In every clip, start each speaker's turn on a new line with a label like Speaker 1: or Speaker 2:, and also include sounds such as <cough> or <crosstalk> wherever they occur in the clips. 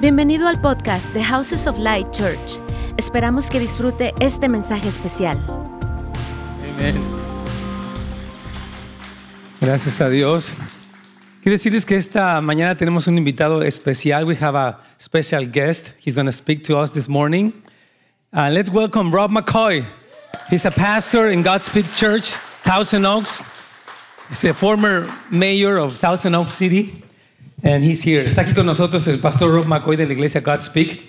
Speaker 1: Bienvenido al podcast de Houses of Light Church. Esperamos que disfrute este mensaje especial.
Speaker 2: Amén. Gracias a Dios. Quiero decirles que esta mañana tenemos un invitado especial. We have a special guest. He's going to speak to us this morning. Uh, let's welcome Rob McCoy. He's a pastor in Godspeed Church, Thousand Oaks. He's the former mayor of Thousand Oaks City. And he's here. Está aquí con nosotros el pastor Rob McCoy de la iglesia Godspeak.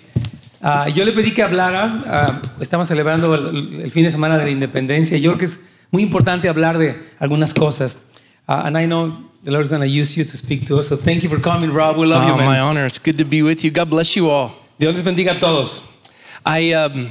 Speaker 2: Ah, yo le pedí que hablara. ah, estamos celebrando el, el fin de semana de la independencia. Yo creo que es muy importante hablar de algunas cosas. Ah, and I know the Lord is going to use you to speak to us. So thank you for coming, Rob. We love you,
Speaker 3: Oh,
Speaker 2: man.
Speaker 3: my honor. It's good to be with you. God bless you all.
Speaker 2: Dios les bendiga a todos.
Speaker 3: I, um,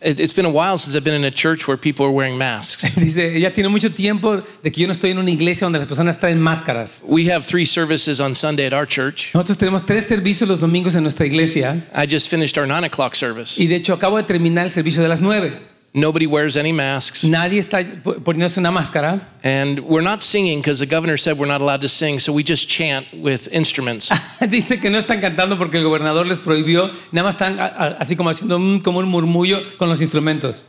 Speaker 3: it, it's been a while since I've been in a church where people are wearing
Speaker 2: <laughs>
Speaker 3: masks.
Speaker 2: Dice, ya tiene mucho tiempo de que yo no estoy en una iglesia donde las personas traen máscaras.
Speaker 3: We have three services on Sunday at our church.
Speaker 2: Nosotros tenemos tres servicios los domingos en nuestra iglesia
Speaker 3: I just finished our nine o'clock service.
Speaker 2: y de hecho acabo de terminar el servicio de las nueve.
Speaker 3: Nobody wears any masks.
Speaker 2: Nadie está po- poniéndose una máscara. <laughs>
Speaker 3: And we're not singing because the governor said we're not allowed to sing, so we just chant with
Speaker 2: <laughs>
Speaker 3: instruments.
Speaker 2: Dice que no están cantando porque el gobernador les prohibió, nada más están a- a- así como haciendo un- como un murmullo con los instrumentos.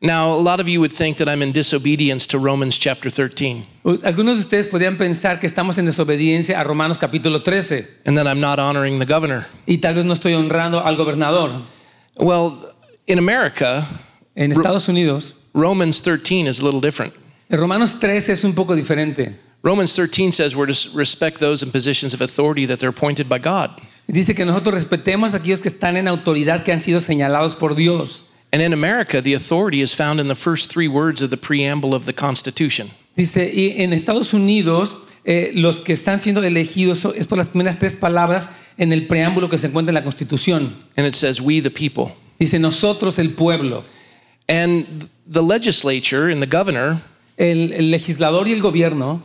Speaker 3: now, a lot of you would think that I'm in disobedience to Romans chapter 13
Speaker 2: U- Algunos de ustedes podrían pensar que estamos en desobediencia a Romanos capítulo 13
Speaker 3: and that I'm not honoring the governor.
Speaker 2: y tal vez no estoy honrando al gobernador.
Speaker 3: Well, in America,
Speaker 2: En Estados Unidos,
Speaker 3: Romans 13 is a little different.
Speaker 2: el Romanos 13 es un poco diferente.
Speaker 3: Romans 13 says we're to respect those in positions of authority that they're appointed by God.
Speaker 2: Dice que nosotros respetemos a aquellos que están en autoridad que han sido señalados por Dios.
Speaker 3: And in America, the authority is found in the first three words of the preamble of the Constitution.
Speaker 2: Dice, y en Estados Unidos, eh, los que están siendo elegidos son- es por las primeras tres palabras en el preámbulo que se encuentra en la Constitución.
Speaker 3: And it says, We the people.
Speaker 2: Dice nosotros el pueblo.
Speaker 3: And the legislature and the governor,
Speaker 2: El, el legislador y el gobierno,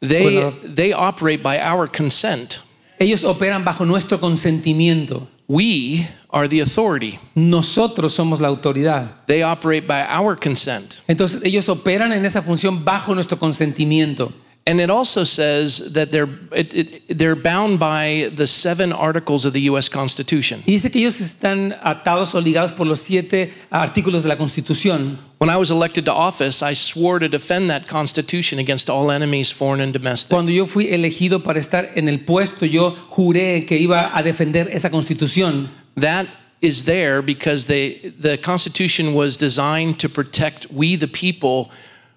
Speaker 3: they,
Speaker 2: Bueno.
Speaker 3: they operate by our consent.
Speaker 2: ellos operan bajo nuestro consentimiento.
Speaker 3: We are the authority.
Speaker 2: Nosotros somos la autoridad.
Speaker 3: They operate by our consent.
Speaker 2: Entonces ellos operan en esa función bajo nuestro consentimiento.
Speaker 3: And it also says that they're, it, it, they're bound by the seven articles of the U.S. Constitution.
Speaker 2: Y dice que ellos están atados o ligados por los siete artículos de la Constitución.
Speaker 3: When I was elected to office, I swore to defend that Constitution against all enemies, foreign and domestic.
Speaker 2: Cuando yo fui elegido para estar en el puesto, yo juré que iba a defender esa Constitución.
Speaker 3: That is there because they, the Constitution was designed to protect we, the people,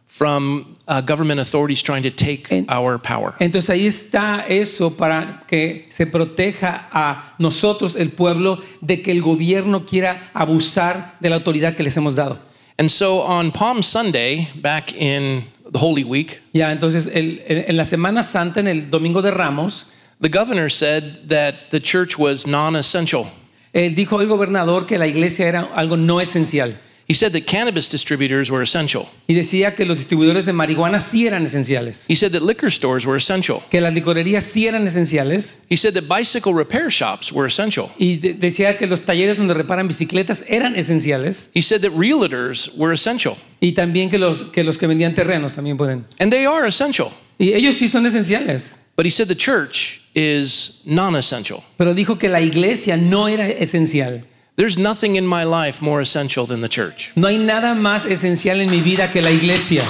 Speaker 3: from uh, government authorities trying to take
Speaker 2: And-
Speaker 3: our power.
Speaker 2: Entonces ahí está eso para que se proteja a nosotros, el pueblo, de que el gobierno quiera abusar de la autoridad que les hemos dado.
Speaker 3: And so on Palm Sunday, back in the Holy Week,
Speaker 2: Ya, entonces el- en, en la Semana Santa, en el Domingo de Ramos,
Speaker 3: the governor said that the church was non essential.
Speaker 2: él dijo el gobernador que la iglesia era algo no esencial
Speaker 3: He said that cannabis distributors were essential.
Speaker 2: y decía que los distribuidores de marihuana sí eran esenciales,
Speaker 3: He said that liquor stores were essential.
Speaker 2: que las licorerías sí eran esenciales
Speaker 3: He said that bicycle repair shops were essential.
Speaker 2: y de- decía que los talleres donde reparan bicicletas eran esenciales
Speaker 3: He said that realtors were essential,
Speaker 2: y también que los que, los que vendían terrenos también pueden.
Speaker 3: and they are essential.
Speaker 2: Y ellos sí son esenciales.
Speaker 3: But he said the church is non essential.
Speaker 2: Pero dijo que la iglesia no era esencial.
Speaker 3: There's nothing in my life more essential than the church.
Speaker 2: No hay nada más esencial en mi vida que la iglesia.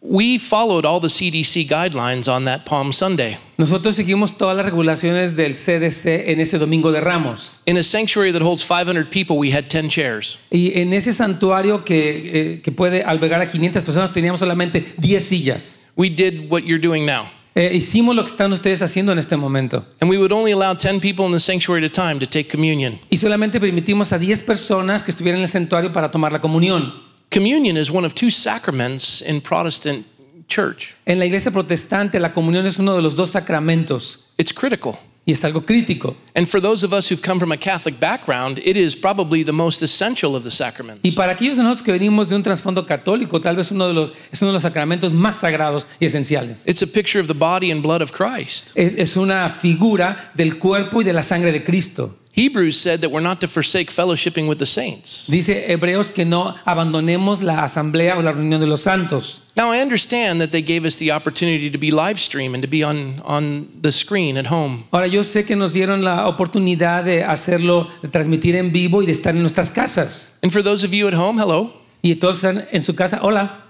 Speaker 3: We followed all the CDC guidelines on that Palm Sunday.
Speaker 2: Nosotros seguimos todas las regulaciones del CDC en ese domingo de Ramos.
Speaker 3: In a sanctuary that holds 500 people, we had 10 chairs.
Speaker 2: Y en ese santuario que, eh, que puede albergar a 500 personas teníamos solamente 10 sillas.
Speaker 3: We did what you're doing now.
Speaker 2: Eh, hicimos lo que están ustedes haciendo en este momento.
Speaker 3: And we would only allow 10 people in the sanctuary at a time to take communion.
Speaker 2: Y solamente permitimos a 10 personas que estuvieran en el santuario para tomar la comunión.
Speaker 3: Communion is one of two sacraments in Protestant church.
Speaker 2: En la iglesia protestante la comunión es uno de los dos sacramentos
Speaker 3: It's critical.
Speaker 2: y es algo crítico.
Speaker 3: And for those of us who've come from a Catholic background, it is probably the most essential of the
Speaker 2: Y
Speaker 3: sacraments.
Speaker 2: para aquellos de nosotros que venimos de un trasfondo católico, tal vez uno de los, es uno de los sacramentos más sagrados y esenciales.
Speaker 3: It's a picture of the body and blood of Christ.
Speaker 2: Es, es una figura del cuerpo y de la sangre de Cristo.
Speaker 3: He- Hebrews said that we're not to forsake fellowshipping with the saints.
Speaker 2: Dice Hebreos que no abandonemos la asamblea o la reunión de los santos.
Speaker 3: Now, I understand that they gave us the opportunity to be live stream and to be on, on the screen at home.
Speaker 2: Ahora yo sé que nos dieron la oportunidad de hacerlo, de transmitir en vivo y de estar en nuestras casas.
Speaker 3: And for those of you at home, hello.
Speaker 2: Y todos están en su casa, hola.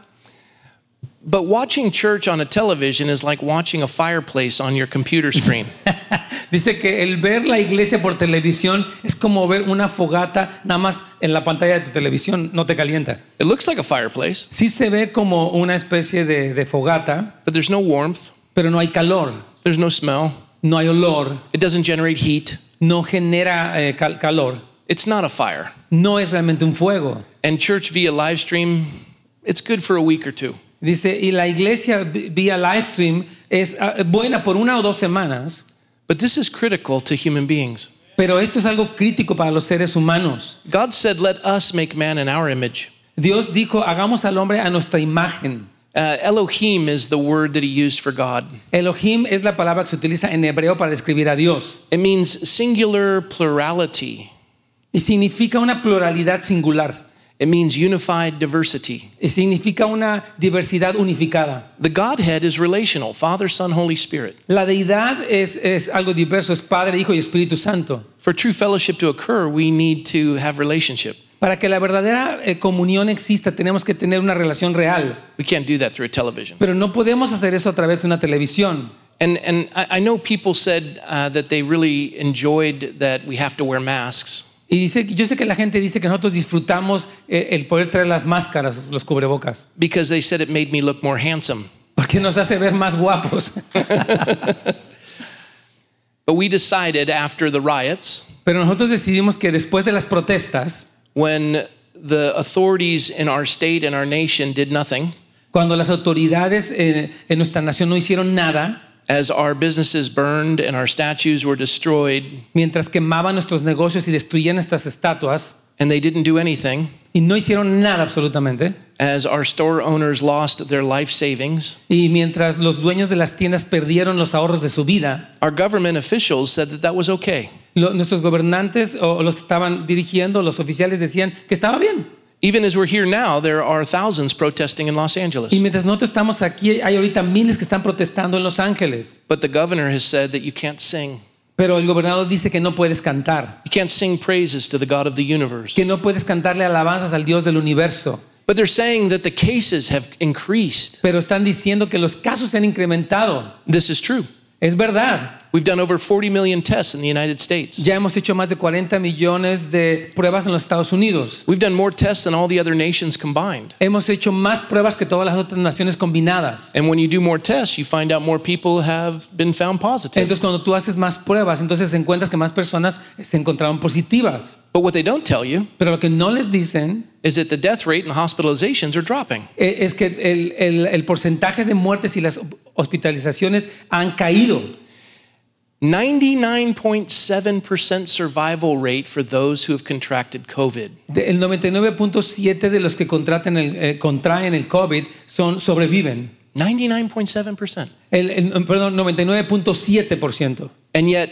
Speaker 3: But watching church on a television is like watching a fireplace on your computer screen.
Speaker 2: Dice que el ver la iglesia por televisión es como ver una fogata nada más en la pantalla de tu televisión, no te calienta.
Speaker 3: it looks like a fireplace,
Speaker 2: Sí se ve como una especie de, de fogata,
Speaker 3: but there's no warmth,
Speaker 2: pero no hay calor,
Speaker 3: there's no smell,
Speaker 2: no hay olor,
Speaker 3: it doesn't generate heat.
Speaker 2: no genera eh, cal- calor,
Speaker 3: It's not a fire.
Speaker 2: no es realmente un fuego.
Speaker 3: And church via live stream, it's good for a week or two.
Speaker 2: Dice, y la iglesia vi- vía live stream es ah, buena por una o dos semanas,
Speaker 3: But this is critical to human beings.
Speaker 2: pero esto es algo crítico para los seres humanos.
Speaker 3: God said, Let us make man in our image.
Speaker 2: Dios dijo, hagamos al hombre a nuestra imagen.
Speaker 3: Uh, Elohim is the word that he used for God.
Speaker 2: Elohim es la palabra que se utiliza en hebreo para describir a Dios
Speaker 3: It means singular plurality,
Speaker 2: y significa una pluralidad singular
Speaker 3: it means unified diversity.
Speaker 2: y significa una diversidad unificada.
Speaker 3: The Godhead is relational Father, Son, Holy Spirit.
Speaker 2: La deidad es, es algo diverso, es Padre, Hijo y Espíritu Santo.
Speaker 3: For true fellowship to occur, we need to have relationship.
Speaker 2: Para que la verdadera eh, comunión exista tenemos que tener una relación real,
Speaker 3: We can't do that through a television.
Speaker 2: pero no podemos hacer eso a través de una televisión.
Speaker 3: And, and I, I know people said uh, that they really enjoyed that we have to wear masks.
Speaker 2: Y dice, yo sé que la gente dice que nosotros disfrutamos eh, el poder traer las máscaras, los cubrebocas,
Speaker 3: because they said it made me look more handsome.
Speaker 2: porque nos hace ver más guapos. <laughs>
Speaker 3: But we decided after the riots,
Speaker 2: Pero nosotros decidimos que después de las protestas,
Speaker 3: when the authorities in our state and our nation did nothing,
Speaker 2: cuando las autoridades eh, en nuestra nación no hicieron nada,
Speaker 3: as our businesses burned and our statues were destroyed,
Speaker 2: mientras quemaban nuestros negocios y destruían nuestras estatuas,
Speaker 3: and they didn't do anything,
Speaker 2: y no hicieron nada absolutamente,
Speaker 3: as our store owners lost their life savings,
Speaker 2: y mientras los dueños de las tiendas perdieron los ahorros de su vida,
Speaker 3: our government officials said that that was okay.
Speaker 2: lo- nuestros gobernantes o los que estaban dirigiendo, los oficiales decían que estaba bien.
Speaker 3: Even as we're here now, there are thousands protesting in Los
Speaker 2: Y
Speaker 3: Angeles.
Speaker 2: mientras nosotros estamos aquí, hay ahorita miles que están protestando en Los Ángeles,
Speaker 3: But the governor has said that you can't sing.
Speaker 2: pero el gobernador dice que no puedes cantar,
Speaker 3: You can't sing praises to the God of the universe.
Speaker 2: que no puedes cantarle alabanzas al Dios del universo,
Speaker 3: But they're saying that the cases have increased.
Speaker 2: pero están diciendo que los casos se han incrementado.
Speaker 3: This is true.
Speaker 2: Es verdad,
Speaker 3: We've done over 40 million tests in the United States.
Speaker 2: ya hemos hecho más de 40 millones de pruebas en los Estados Unidos.
Speaker 3: We've done more tests than all the other nations combined.
Speaker 2: Hemos hecho más pruebas que todas las otras naciones combinadas.
Speaker 3: And when you do more tests, you find out more people have been found positive.
Speaker 2: Entonces, cuando tú haces más pruebas, entonces encuentras que más personas se encontraron positivas.
Speaker 3: But what they don't tell you
Speaker 2: Pero lo que no les dicen
Speaker 3: is that the death rate and hospitalizations are dropping.
Speaker 2: eh, es que el, el- el porcentaje de muertes y las hospitalizaciones han caído.
Speaker 3: 99.7% survival rate for those who have contracted COVID.
Speaker 2: De- El 99.7 de los que contraten el, eh, contraen el COVID son, sobreviven.
Speaker 3: 99.7%.
Speaker 2: El, el- perdón, 99.7%.
Speaker 3: And yet,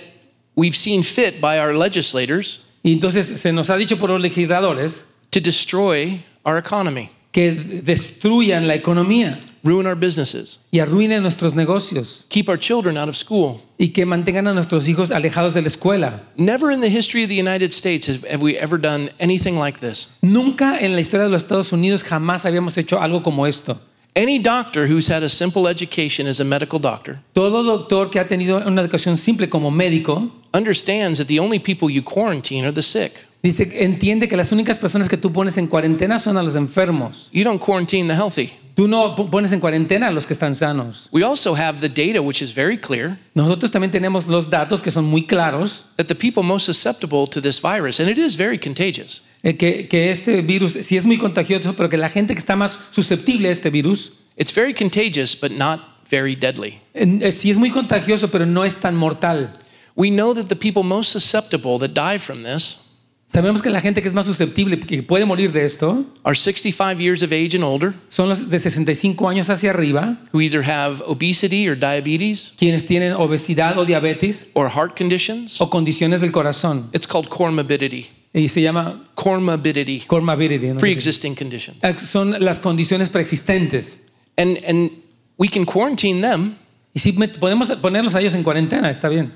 Speaker 3: we've seen fit by our legislators
Speaker 2: Y entonces se nos ha dicho por los legisladores
Speaker 3: to destroy our economy,
Speaker 2: que destruyan la economía
Speaker 3: ruin our businesses,
Speaker 2: y arruinen nuestros negocios
Speaker 3: keep our children out of school.
Speaker 2: y que mantengan a nuestros hijos alejados de la escuela.
Speaker 3: Never in the history of the United States have, have we ever done anything like this.
Speaker 2: Nunca en la historia de los Estados Unidos jamás habíamos hecho algo como esto.
Speaker 3: Any doctor who's had a simple education as a medical doctor
Speaker 2: Todo doctor que ha tenido una educación simple como médico
Speaker 3: understands that the only people you quarantine are the sick.
Speaker 2: dice entiende que las únicas personas que tú pones en cuarentena son a los enfermos.
Speaker 3: You don't quarantine the healthy.
Speaker 2: Tú no po- pones en cuarentena a los que están sanos.
Speaker 3: We also have the data, which is very clear,
Speaker 2: Nosotros también tenemos los datos que son muy claros
Speaker 3: that the people most susceptible to this virus, and it is very contagious,
Speaker 2: eh, que, que este virus sí es muy contagioso, pero que la gente que está más susceptible a este virus
Speaker 3: it's very contagious, but not very deadly.
Speaker 2: eh, eh, sí es muy contagioso, pero no es tan mortal.
Speaker 3: We know that the people most susceptible that die from this
Speaker 2: Sabemos que la gente que es más susceptible, que puede morir de esto,
Speaker 3: are 65 years of age and older
Speaker 2: son los de 65 años hacia arriba,
Speaker 3: who either have obesity or diabetes
Speaker 2: quienes tienen obesidad o diabetes
Speaker 3: or heart conditions.
Speaker 2: o condiciones del corazón.
Speaker 3: It's called comorbidity.
Speaker 2: Y se llama
Speaker 3: Comorbidity,
Speaker 2: comorbidity. ¿no?
Speaker 3: pre-existing conditions.
Speaker 2: Eh, Son las condiciones preexistentes.
Speaker 3: And and we can quarantine them,
Speaker 2: Y sí, met- podemos ponerlos a ellos en cuarentena, está bien.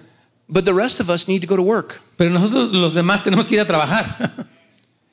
Speaker 3: but the rest of us need to go to work.
Speaker 2: Pero nosotros los demás tenemos que ir a trabajar. <laughs>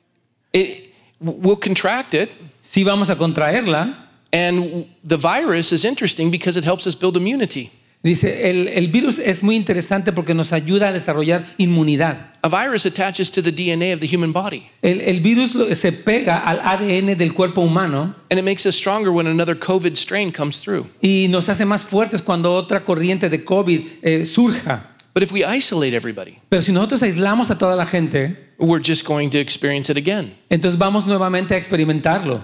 Speaker 3: It we'll contract it
Speaker 2: Sí vamos a contraerla.
Speaker 3: and the virus is interesting because it helps us build immunity.
Speaker 2: Dice, el, el virus es muy interesante porque nos ayuda a desarrollar inmunidad.
Speaker 3: A virus attaches to the DNA of the human body
Speaker 2: El, el virus lo- se pega al ADN del cuerpo humano
Speaker 3: and it makes us stronger when another COVID strain comes through.
Speaker 2: y nos hace más fuertes cuando otra corriente de COVID eh, surja.
Speaker 3: But if we isolate everybody,
Speaker 2: Pero si nosotros aislamos a toda la gente,
Speaker 3: we're just going to experience it again.
Speaker 2: entonces vamos nuevamente a experimentarlo.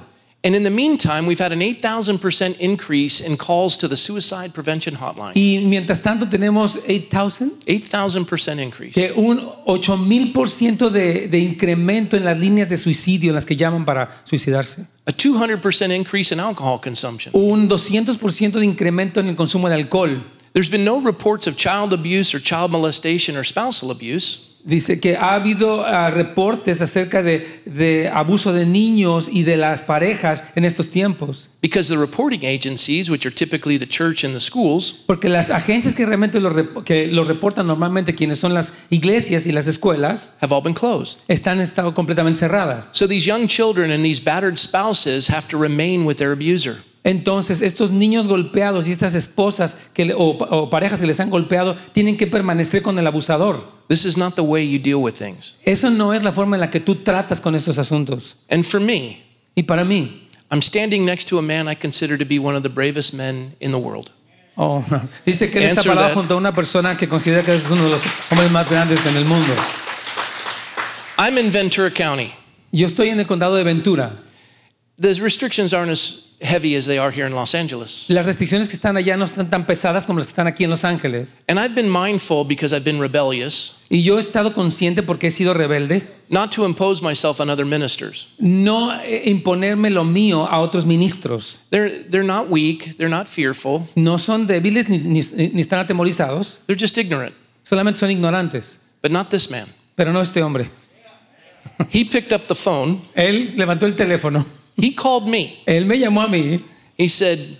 Speaker 3: And in the meantime, we've had an 8,000% increase in calls to the suicide prevention hotline.
Speaker 2: Y mientras tanto tenemos 8,000,
Speaker 3: 8,000% increase.
Speaker 2: que un 8,000% de, de incremento en las líneas de suicidio, en las que llaman para suicidarse.
Speaker 3: A 200% increase in alcohol consumption.
Speaker 2: Un 200% de incremento en el consumo de alcohol.
Speaker 3: There's been no reports of child abuse or child molestation or spousal abuse,
Speaker 2: Dice que ha habido ah, reportes acerca de, de abuso de niños y de las parejas en estos tiempos.
Speaker 3: because the reporting agencies, which are typically the church and the schools,
Speaker 2: Porque las agencias que realmente los rep- que los reportan normalmente, quienes son las iglesias y las escuelas,
Speaker 3: have all been closed.
Speaker 2: están estado completamente cerradas.
Speaker 3: So these young children and these battered spouses have to remain with their abuser.
Speaker 2: Entonces, estos niños golpeados y estas esposas que le- o, pa- o parejas que les han golpeado tienen que permanecer con el abusador.
Speaker 3: This is not the way you deal with things.
Speaker 2: Eso no es la forma en la que tú tratas con estos asuntos.
Speaker 3: And for me,
Speaker 2: Y para mí,
Speaker 3: I'm standing next to a man I consider to be one of the bravest men in the world.
Speaker 2: oh, <laughs> dice que él está
Speaker 3: Answer
Speaker 2: parado
Speaker 3: that.
Speaker 2: junto a una persona que considera que es uno de los hombres más grandes en el mundo.
Speaker 3: I'm in Ventura County.
Speaker 2: Yo estoy en el condado de Ventura.
Speaker 3: The restrictions aren't as heavy as they are here in Los Angeles.
Speaker 2: Las restricciones que están allá no están tan pesadas como las que están aquí en Los Ángeles.
Speaker 3: And I've been mindful because I've been rebellious
Speaker 2: Y yo he estado consciente porque he sido rebelde,
Speaker 3: not to impose myself on other ministers.
Speaker 2: no eh, imponerme lo mío a otros ministros.
Speaker 3: They're, they're not weak, they're not fearful,
Speaker 2: no son débiles ni, ni- ni están atemorizados,
Speaker 3: they're just ignorant,
Speaker 2: solamente son ignorantes.
Speaker 3: but not this man.
Speaker 2: Pero no este hombre.
Speaker 3: He picked up the phone,
Speaker 2: Él levantó el teléfono.
Speaker 3: he called me.
Speaker 2: Él me llamó a mí
Speaker 3: He said,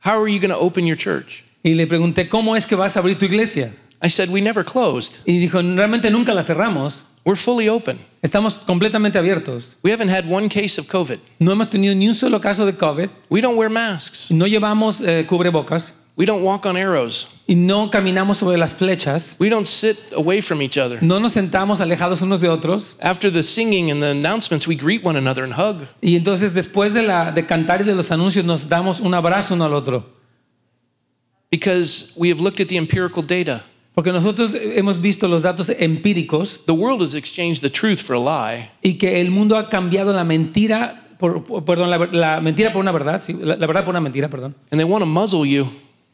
Speaker 3: How are you going to open your church?
Speaker 2: y le pregunté, ¿cómo es que vas a abrir tu iglesia?
Speaker 3: I said, We never closed.
Speaker 2: Y dijo, realmente nunca la cerramos.
Speaker 3: We're fully open.
Speaker 2: Estamos completamente abiertos.
Speaker 3: We haven't had one case of COVID.
Speaker 2: No hemos tenido ni un solo caso de COVID.
Speaker 3: We don't wear masks.
Speaker 2: No llevamos eh, cubrebocas.
Speaker 3: We don't walk on arrows.
Speaker 2: Y no caminamos sobre las flechas.
Speaker 3: We don't sit away from each other.
Speaker 2: No nos sentamos alejados unos de otros.
Speaker 3: After the singing and the announcements, we greet one another and hug.
Speaker 2: Y entonces después de, la, de cantar y de los anuncios nos damos un abrazo uno al otro.
Speaker 3: Because we have looked at the empirical data.
Speaker 2: Porque nosotros hemos visto los datos empíricos
Speaker 3: The world has exchanged the truth for a lie,
Speaker 2: y que el mundo ha cambiado la mentira por, por- perdón, la, ver- la mentira por una verdad, sí, la, la verdad por una mentira, perdón.
Speaker 3: and they want to muzzle you.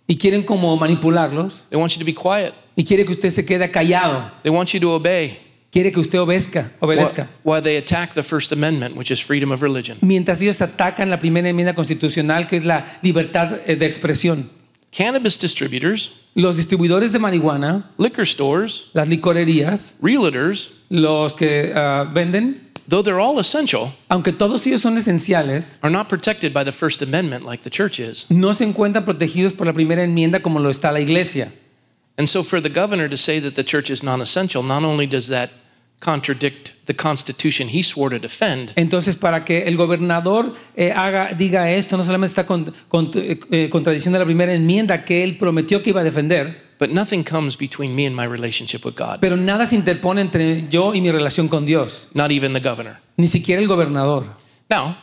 Speaker 2: Y quieren como manipularlos
Speaker 3: They want you to be quiet.
Speaker 2: y quiere que usted se quede callado,
Speaker 3: They want you to obey
Speaker 2: quiere que usted obezca,
Speaker 3: while,
Speaker 2: obedezca.
Speaker 3: while they attack the First Amendment, which is freedom of religion.
Speaker 2: Mientras ellos atacan la primera enmienda constitucional, que es la libertad eh, de expresión.
Speaker 3: Cannabis distributors,
Speaker 2: Los distribuidores de marihuana,
Speaker 3: liquor stores,
Speaker 2: las licorerías,
Speaker 3: realtors,
Speaker 2: los que ah, venden,
Speaker 3: though they're all essential,
Speaker 2: aunque todos ellos son esenciales,
Speaker 3: are not protected by the First Amendment like the church is.
Speaker 2: no se encuentran protegidos por la primera enmienda como lo está la iglesia.
Speaker 3: And so, for the governor to say that the church is non essential, not only does that contradict the Constitution he swore to defend,
Speaker 2: Entonces, para que el gobernador eh, haga, diga esto, no solamente está con- con- eh, contradiciendo la primera enmienda que él prometió que iba a defender,
Speaker 3: but nothing comes between me and my relationship with God,
Speaker 2: pero nada se interpone entre yo y mi relación con Dios,
Speaker 3: not even the governor.
Speaker 2: ni siquiera el gobernador.
Speaker 3: Now,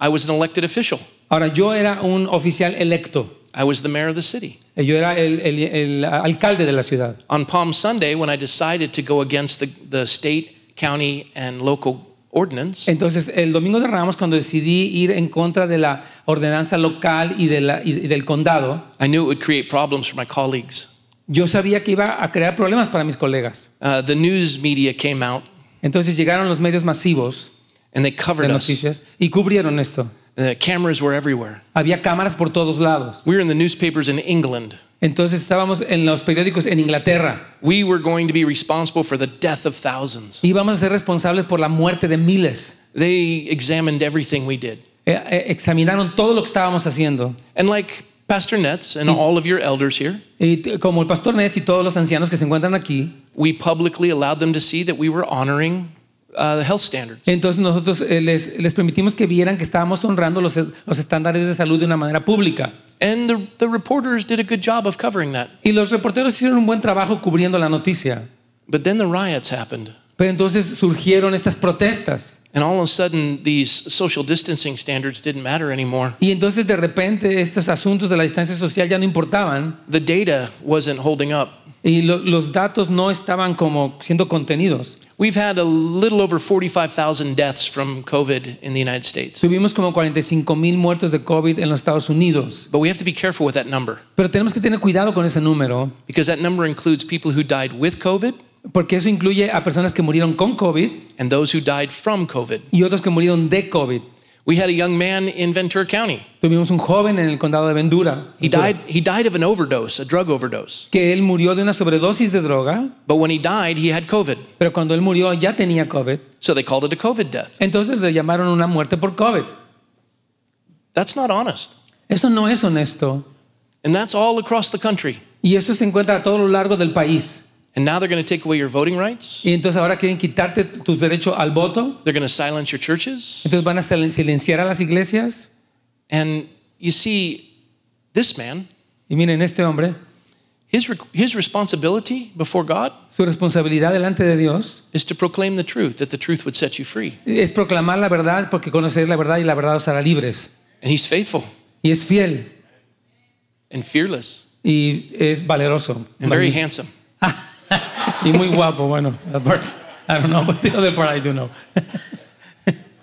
Speaker 3: I was an elected official,
Speaker 2: Ahora, yo era un oficial electo,
Speaker 3: I was the mayor of the city.
Speaker 2: Eh, yo era el, el- el alcalde de la ciudad.
Speaker 3: On Palm Sunday, when I decided to go against the, the state, county, and local ordinance,
Speaker 2: Entonces, el domingo de Ramos, cuando decidí ir en contra de la ordenanza local y, de la- y- y del condado,
Speaker 3: I knew it would create problems for my colleagues.
Speaker 2: yo sabía que iba a crear problemas para mis colegas.
Speaker 3: Uh, the news media came out
Speaker 2: Entonces llegaron los medios masivos
Speaker 3: and they
Speaker 2: de
Speaker 3: covered us.
Speaker 2: noticias y cubrieron esto.
Speaker 3: The cameras were everywhere.
Speaker 2: Había cámaras por todos lados.
Speaker 3: We were in the newspapers in England.
Speaker 2: Entonces estábamos en los periódicos en Inglaterra.
Speaker 3: We were going to be responsible for the death of thousands.
Speaker 2: Íbamos a ser responsables por la muerte de miles.
Speaker 3: They examined everything we did.
Speaker 2: Eh, eh, examinaron todo lo que estábamos haciendo.
Speaker 3: And like Pastor Nets and all of your elders here,
Speaker 2: Y t- como el pastor Nets y todos los ancianos que se encuentran aquí,
Speaker 3: we publicly allowed them to see that we were honoring uh, the health standards.
Speaker 2: entonces nosotros eh, les, les permitimos que vieran que estábamos honrando los, es- los estándares de salud de una manera pública.
Speaker 3: And the, the reporters did a good job of covering that.
Speaker 2: Y los reporteros hicieron un buen trabajo cubriendo la noticia.
Speaker 3: But then the riots happened.
Speaker 2: Pero entonces surgieron estas protestas.
Speaker 3: And all of a sudden, these social distancing standards didn't matter anymore.
Speaker 2: Y entonces de repente estos asuntos de la distancia social ya no importaban
Speaker 3: The data wasn't holding up.
Speaker 2: y lo- los datos no estaban como siendo contenidos.
Speaker 3: We've had a little over 45,000 deaths from COVID in the United States.
Speaker 2: Tuvimos como 45 mil muertos de COVID en los Estados Unidos.
Speaker 3: But we have to be careful with that number
Speaker 2: Pero tenemos que tener cuidado con ese número
Speaker 3: because that number includes people who died with COVID
Speaker 2: porque eso incluye a personas que murieron con COVID
Speaker 3: and those who died from COVID.
Speaker 2: y otros que murieron de COVID.
Speaker 3: We had a young man in Ventura County.
Speaker 2: Tuvimos un joven en el condado de Ventura
Speaker 3: He died, he died of an overdose, a drug overdose.
Speaker 2: que él murió de una sobredosis de droga,
Speaker 3: But when he died, he had COVID.
Speaker 2: pero cuando él murió ya tenía COVID.
Speaker 3: So they called it a COVID death.
Speaker 2: Entonces le llamaron una muerte por COVID.
Speaker 3: That's not honest.
Speaker 2: Eso no es honesto.
Speaker 3: And that's all across the country.
Speaker 2: Y eso se encuentra a todo lo largo del país.
Speaker 3: And now they're going to take away your voting rights.
Speaker 2: Y entonces ahora quieren quitarte tus derechos al voto.
Speaker 3: They're going to silence your churches.
Speaker 2: Entonces van a silen- silenciar a las iglesias.
Speaker 3: And you see, this man,
Speaker 2: Y miren, este hombre,
Speaker 3: his, re- his responsibility before God
Speaker 2: su responsabilidad delante de Dios
Speaker 3: is to proclaim the truth, that the truth would set you free.
Speaker 2: es proclamar la verdad porque conoceréis la verdad y la verdad os hará libres.
Speaker 3: And he's faithful
Speaker 2: Y es fiel
Speaker 3: and fearless
Speaker 2: y es valeroso.
Speaker 3: and very handsome.
Speaker 2: y muy guapo, bueno. aparte, I don't know, <laughs> but the other part I do know.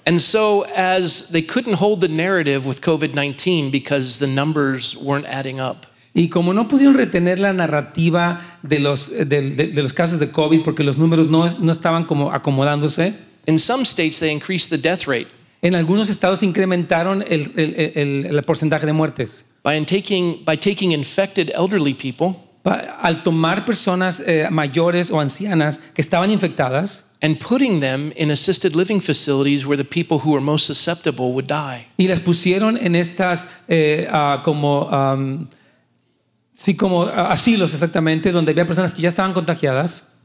Speaker 3: And so, as they couldn't hold the narrative with COVID 19 because the numbers weren't adding up,
Speaker 2: Y como no pudieron retener la narrativa de los, de, de- de los casos de COVID porque los números no, es- no estaban como acomodándose,
Speaker 3: in some states they increased the death rate
Speaker 2: en algunos estados incrementaron el, el- el- el porcentaje de muertes.
Speaker 3: by in taking, by taking infected elderly people
Speaker 2: Pa- al tomar personas eh, mayores o ancianas que estaban infectadas
Speaker 3: and putting them in assisted living facilities where the people who are most susceptible would die.
Speaker 2: y las pusieron en estas eh, ah, como... am, Sí, como ah, asilos exactamente, donde había personas que ya estaban contagiadas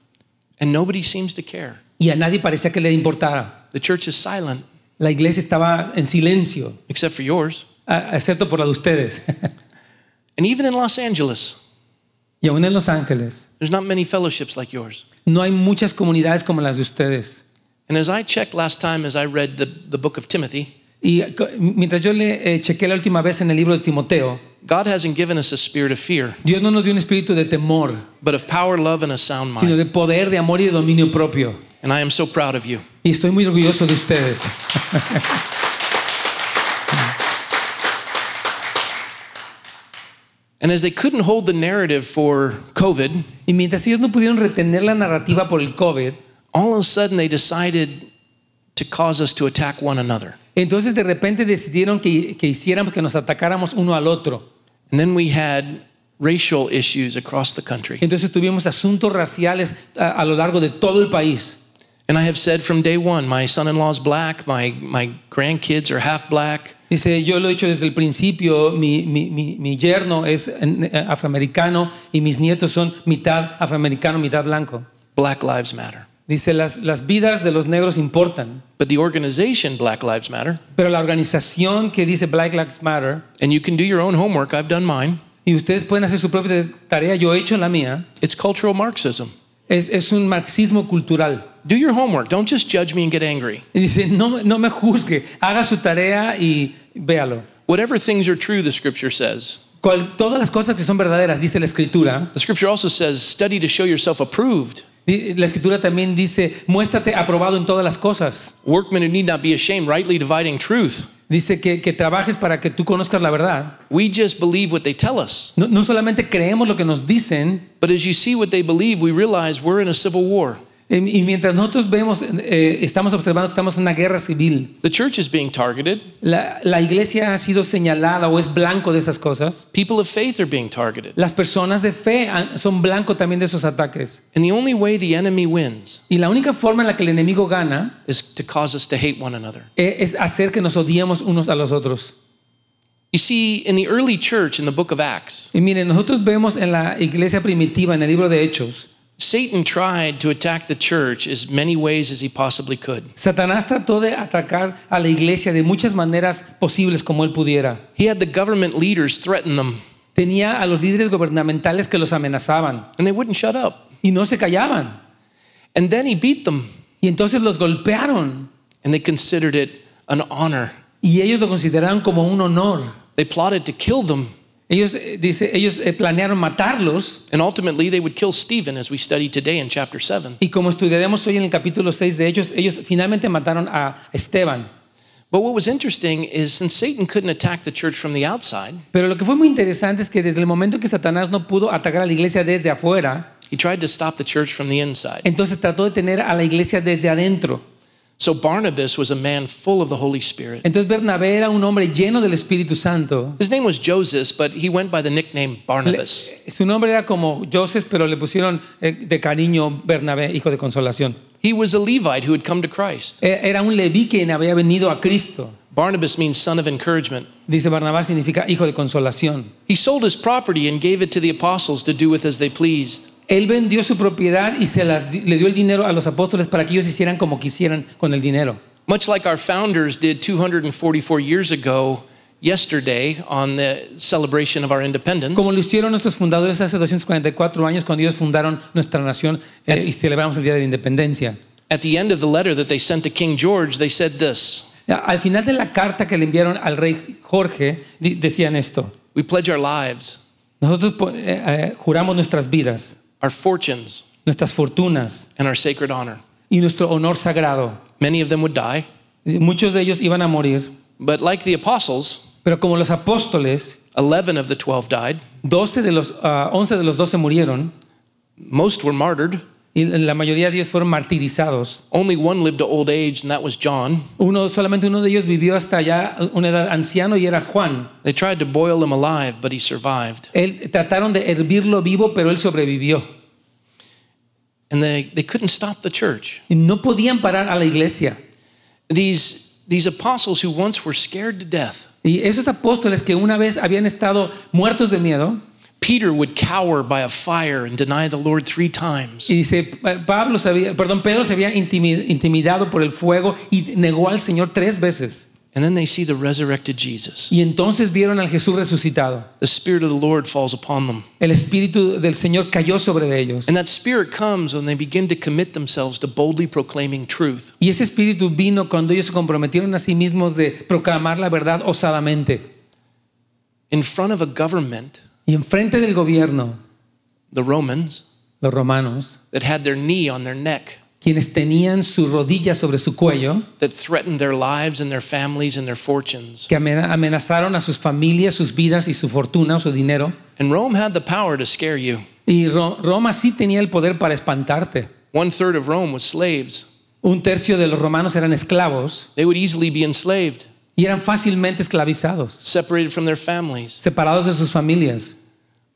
Speaker 3: And nobody seems to care.
Speaker 2: y a nadie parecía que le importara.
Speaker 3: The church is silent,
Speaker 2: La iglesia estaba en silencio,
Speaker 3: except for yours.
Speaker 2: ah, excepto por la de ustedes. <laughs>
Speaker 3: And even in Los Angeles,
Speaker 2: Y aún en Los Ángeles,
Speaker 3: there's not many fellowships like yours.
Speaker 2: no hay muchas comunidades como las de ustedes.
Speaker 3: And as I checked last time as I read the, the book of Timothy,
Speaker 2: Y co- mientras yo le eh, chequé la última vez en el libro de Timoteo,
Speaker 3: God hasn't given us a spirit of fear,
Speaker 2: Dios no nos dio un espíritu de temor,
Speaker 3: but of power, love, and a sound
Speaker 2: sino
Speaker 3: mind.
Speaker 2: de poder, de amor y de dominio propio.
Speaker 3: And I am so proud of you.
Speaker 2: Y estoy muy orgulloso de ustedes.
Speaker 3: And as they couldn't hold the narrative for COVID,
Speaker 2: Y mientras ellos no pudieron retener la narrativa por el COVID,
Speaker 3: all of a sudden they decided to cause us to attack one another.
Speaker 2: entonces de repente decidieron que, que hiciéramos que nos atacáramos uno al otro.
Speaker 3: And then we had racial issues across the country.
Speaker 2: Entonces tuvimos asuntos raciales a, a lo largo de todo el país.
Speaker 3: And I have said from day one, my son-in-law's black, my my grandkids are half black,
Speaker 2: Dice, yo lo he dicho desde el principio, mi, mi- mi- mi yerno es eh, afroamericano y mis nietos son mitad afroamericano, mitad blanco.
Speaker 3: Black Lives Matter.
Speaker 2: Dice, las, las vidas de los negros importan,
Speaker 3: But the organization Black Lives Matter,
Speaker 2: pero la organización que dice Black Lives Matter,
Speaker 3: and you can do your own homework, I've done mine.
Speaker 2: y ustedes pueden hacer su propia tarea, yo he hecho la mía,
Speaker 3: It's cultural Marxism.
Speaker 2: es, es un marxismo cultural.
Speaker 3: Do your homework. Don't just judge me and get angry.
Speaker 2: Y dice, no, me- no me juzgue, haga su tarea y véalo.
Speaker 3: Whatever things are true, the scripture says.
Speaker 2: Cual- todas las cosas que son verdaderas, dice la escritura,
Speaker 3: The scripture also says, study to show yourself approved.
Speaker 2: Di- la escritura también dice, muéstrate aprobado en todas las cosas.
Speaker 3: Workmen who need not be ashamed, rightly dividing truth.
Speaker 2: Dice que, que trabajes para que tú conozcas la verdad.
Speaker 3: We just believe what they tell us.
Speaker 2: No, no solamente creemos lo que nos dicen,
Speaker 3: But as you see what they believe, we realize we're in a civil war.
Speaker 2: eh, Eh, Y mientras nosotros vemos, eh, estamos observando que estamos en una guerra civil.
Speaker 3: The church is being targeted.
Speaker 2: La, la iglesia ha sido señalada o es blanco de esas cosas.
Speaker 3: People of faith are being targeted.
Speaker 2: Las personas de fe han- son blanco también de esos ataques.
Speaker 3: And the only way the enemy wins
Speaker 2: Y la única forma en la que el enemigo gana
Speaker 3: is to cause us to hate one another.
Speaker 2: eh, es hacer que nos odiemos unos a los otros.
Speaker 3: You see, in the early church, in the book of Acts,
Speaker 2: Y miren, nosotros vemos en la iglesia primitiva, en el libro de Hechos,
Speaker 3: Satan tried to attack the church as many ways as he possibly could.
Speaker 2: Satanás trató de atacar a la iglesia de muchas maneras posibles como él pudiera.
Speaker 3: He had the government leaders threaten them,
Speaker 2: Tenía a los líderes gubernamentales que los amenazaban
Speaker 3: and they wouldn't shut up.
Speaker 2: y no se callaban.
Speaker 3: And then he beat them,
Speaker 2: Y entonces los golpearon
Speaker 3: and they considered it an honor.
Speaker 2: y ellos lo consideraron como un honor.
Speaker 3: They plotted to kill them,
Speaker 2: Ellos, eh, dice, ellos eh, planearon matarlos
Speaker 3: and ultimately they would kill Stephen, as we study today in chapter 7.
Speaker 2: y como estudiaremos hoy en el capítulo 6 de ellos, ellos finalmente mataron a Esteban.
Speaker 3: But what was interesting is since Satan couldn't attack the church from the outside,
Speaker 2: Pero lo que fue muy interesante es que desde el momento en que Satanás no pudo atacar a la iglesia desde afuera,
Speaker 3: he tried to stop the church from the inside.
Speaker 2: entonces trató de tener a la iglesia desde adentro.
Speaker 3: So Barnabas was a man full of the Holy Spirit.
Speaker 2: Entonces Bernabé era un hombre lleno del Espíritu Santo.
Speaker 3: His name was Joseph, but he went by the nickname Barnabas.
Speaker 2: Su nombre era como Joseph, pero le pusieron eh, de cariño Bernabé, hijo de consolación.
Speaker 3: He was a Levite who had come to Christ.
Speaker 2: Eh, Era un leví que había venido a Cristo.
Speaker 3: Barnabas means son of encouragement.
Speaker 2: Dice Barnabé significa hijo de consolación.
Speaker 3: He sold his property and gave it to the apostles to do with as they pleased.
Speaker 2: Él vendió su propiedad y se las, di- le dio el dinero a los apóstoles para que ellos hicieran como quisieran con el dinero.
Speaker 3: Much like our founders did 244 years ago, yesterday, on the celebration of our independence,
Speaker 2: Como lo hicieron nuestros fundadores hace 244 años cuando ellos fundaron nuestra nación eh, y celebramos el Día de la Independencia.
Speaker 3: at the end of the letter that they sent to King George, they said this
Speaker 2: A- Al final de la carta que le enviaron al rey Jorge, di- decían esto.
Speaker 3: We pledge our lives,
Speaker 2: Nosotros po- eh, eh, juramos nuestras vidas,
Speaker 3: our fortunes,
Speaker 2: nuestras fortunas
Speaker 3: and our sacred honor.
Speaker 2: y nuestro honor sagrado.
Speaker 3: Many of them would die,
Speaker 2: Eh, Muchos de ellos iban a morir,
Speaker 3: but like the apostles,
Speaker 2: pero como los apóstoles,
Speaker 3: 11 of the 12 died.
Speaker 2: 12 de los, ah, 11 de los 12 murieron
Speaker 3: Most were martyred.
Speaker 2: y la mayoría de ellos fueron martirizados.
Speaker 3: Only one lived to old age, and that was John.
Speaker 2: Uno, solamente uno de ellos vivió hasta ya una edad anciano y era Juan.
Speaker 3: They tried to boil him alive, but he survived.
Speaker 2: Él, trataron de hervirlo vivo, pero él sobrevivió.
Speaker 3: And they, they couldn't stop the church.
Speaker 2: Y no podían parar a la iglesia.
Speaker 3: These, these apostles who once were scared to death,
Speaker 2: Y esos apóstoles que una vez habían estado muertos de miedo,
Speaker 3: Peter would cower by a fire and deny the Lord three times.
Speaker 2: Y dice, eh, Pablo se había- perdón, Pedro se había intimi- intimidado por el fuego y negó al Señor tres veces.
Speaker 3: And then they see the resurrected Jesus.
Speaker 2: Y entonces vieron al Jesús resucitado.
Speaker 3: The Spirit of the Lord falls upon them.
Speaker 2: El Espíritu del Señor cayó sobre ellos.
Speaker 3: And that Spirit comes when they begin to commit themselves to boldly proclaiming truth.
Speaker 2: Y ese Espíritu vino cuando ellos se comprometieron a sí mismos de proclamar la verdad osadamente.
Speaker 3: In front of a government,
Speaker 2: Y enfrente del gobierno,
Speaker 3: the Romans,
Speaker 2: los romanos,
Speaker 3: that had their knee on their neck,
Speaker 2: quienes tenían su rodilla sobre su cuello,
Speaker 3: that threatened their lives and their families and their fortunes.
Speaker 2: que amen- amenazaron a sus familias, sus vidas y su fortuna, su dinero.
Speaker 3: And Rome had the power to scare you.
Speaker 2: Y Ro- Roma sí tenía el poder para espantarte.
Speaker 3: One third of Rome was slaves.
Speaker 2: Un tercio de los romanos eran esclavos
Speaker 3: They would easily be enslaved,
Speaker 2: y eran fácilmente esclavizados,
Speaker 3: separated from their families.
Speaker 2: separados de sus familias.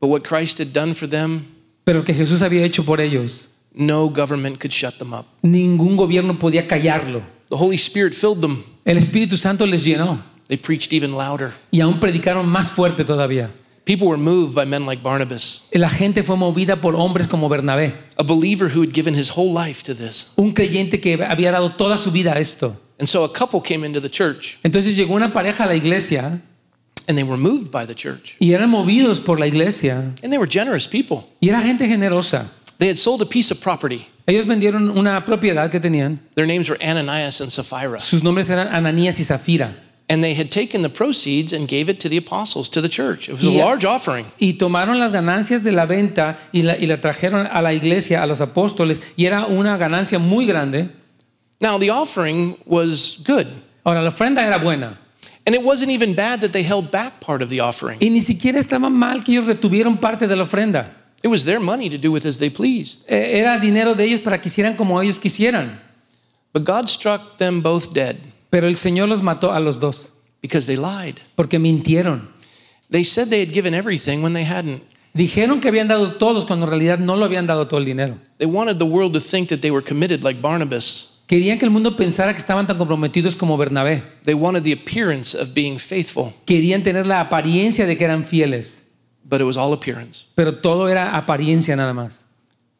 Speaker 3: But what Christ had done for them,
Speaker 2: Pero lo que Jesús había hecho por ellos,
Speaker 3: no government could shut them up.
Speaker 2: ningún gobierno podía callarlo.
Speaker 3: The Holy Spirit filled them.
Speaker 2: El Espíritu Santo les llenó
Speaker 3: They preached even louder.
Speaker 2: y aún predicaron más fuerte todavía.
Speaker 3: People were moved by men like Barnabas,
Speaker 2: La gente fue movida por hombres como Bernabé,
Speaker 3: a believer who had given his whole life to this.
Speaker 2: un creyente que había dado toda su vida a esto.
Speaker 3: And so a couple came into the church
Speaker 2: Entonces llegó una pareja a la iglesia
Speaker 3: and they were moved by the church.
Speaker 2: y eran movidos por la iglesia
Speaker 3: And they were generous people.
Speaker 2: y era gente generosa.
Speaker 3: They had sold a piece of property.
Speaker 2: Ellos vendieron una propiedad que tenían.
Speaker 3: Their names were Ananias and Sapphira.
Speaker 2: Sus nombres eran Ananías y Zafira.
Speaker 3: And they had taken the proceeds and gave it to the apostles, to the church. It was a
Speaker 2: Yeah.
Speaker 3: large offering.
Speaker 2: Y tomaron las ganancias de la venta y la, y la trajeron a la iglesia, a los apóstoles, y era una ganancia muy grande.
Speaker 3: Now, the offering was good.
Speaker 2: Ahora, la ofrenda era buena.
Speaker 3: And it wasn't even bad that they held back part of the offering.
Speaker 2: Y ni siquiera estaba mal que ellos retuvieron parte de la ofrenda.
Speaker 3: It was their money to do with as they pleased.
Speaker 2: Eh, Era dinero de ellos para que hicieran como ellos quisieran.
Speaker 3: But God struck them both dead
Speaker 2: Pero el Señor los mató a los dos
Speaker 3: because they lied.
Speaker 2: porque mintieron.
Speaker 3: They said they had given everything when they hadn't.
Speaker 2: Dijeron que habían dado todos cuando en realidad no lo habían dado todo el dinero.
Speaker 3: They wanted the world to think that they were committed like Barnabas.
Speaker 2: Querían que el mundo pensara que estaban tan comprometidos como Bernabé.
Speaker 3: They wanted the appearance of being faithful,
Speaker 2: Querían tener la apariencia de que eran fieles,
Speaker 3: but it was all appearance.
Speaker 2: pero todo era apariencia nada más.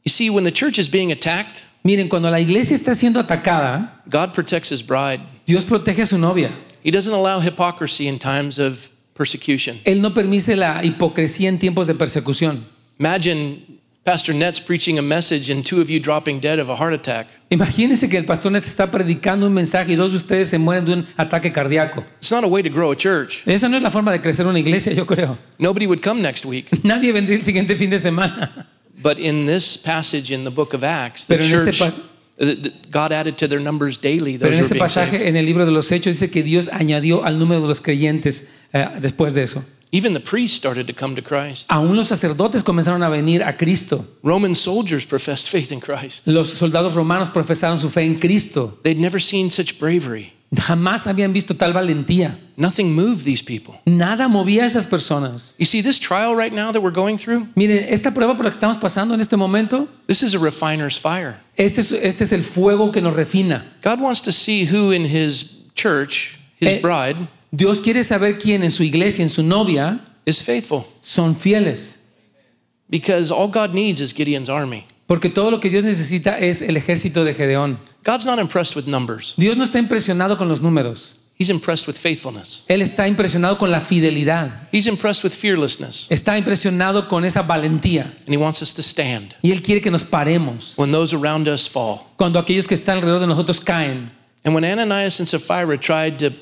Speaker 3: You see, when the church is being attacked,
Speaker 2: Miren, cuando la iglesia está siendo atacada,
Speaker 3: God protects his bride.
Speaker 2: Dios protege a su novia.
Speaker 3: He doesn't allow hypocrisy in times of persecution.
Speaker 2: Él no permite la hipocresía en tiempos de persecución.
Speaker 3: Imagine Pastor Nets preaching a message and two of you dropping dead of a heart attack.
Speaker 2: Imagínense que el pastor les está predicando un mensaje y dos de ustedes se mueren de un ataque cardíaco.
Speaker 3: It's not a way to grow a church.
Speaker 2: Esa no es la forma de crecer una iglesia, yo creo.
Speaker 3: Nobody would come next week.
Speaker 2: Nadie vendría el siguiente fin de semana.
Speaker 3: But in this passage in the book of Acts, the
Speaker 2: Pero en este
Speaker 3: church,
Speaker 2: pas-
Speaker 3: th- th- God added to their numbers daily
Speaker 2: Pero
Speaker 3: those
Speaker 2: en
Speaker 3: who were
Speaker 2: este
Speaker 3: being saved.
Speaker 2: pasaje, en el libro de los Hechos, dice que Dios añadió al número de los creyentes eh, después de eso.
Speaker 3: Even the priests started to come to Christ.
Speaker 2: Aún los sacerdotes comenzaron a venir a Cristo.
Speaker 3: Roman soldiers professed faith in Christ.
Speaker 2: Los soldados romanos profesaron su fe en Cristo.
Speaker 3: They'd never seen such bravery.
Speaker 2: Jamás habían visto tal valentía.
Speaker 3: Nothing moved these people.
Speaker 2: Nada movía a esas personas.
Speaker 3: You see, this trial right now that we're going through,
Speaker 2: Miren, esta prueba por la que estamos pasando en este momento,
Speaker 3: this is a refiner's fire.
Speaker 2: este es, este es el fuego que nos refina.
Speaker 3: God wants to see who in his church, his
Speaker 2: Eh.
Speaker 3: bride,
Speaker 2: Dios quiere saber quién en su iglesia, en su novia,
Speaker 3: is faithful.
Speaker 2: son fieles.
Speaker 3: Because all God needs is Gideon's army.
Speaker 2: Porque todo lo que Dios necesita es el ejército de Gedeón.
Speaker 3: God's not impressed with numbers,
Speaker 2: Dios no está impresionado con los números.
Speaker 3: He's impressed with faithfulness.
Speaker 2: Él está impresionado con la fidelidad.
Speaker 3: He's impressed with fearlessness,
Speaker 2: Está impresionado con esa valentía.
Speaker 3: and He wants us to stand
Speaker 2: Y Él quiere que nos paremos
Speaker 3: when those around us fall.
Speaker 2: cuando aquellos que están alrededor de nosotros caen.
Speaker 3: And when Ananias and Sapphira tried to,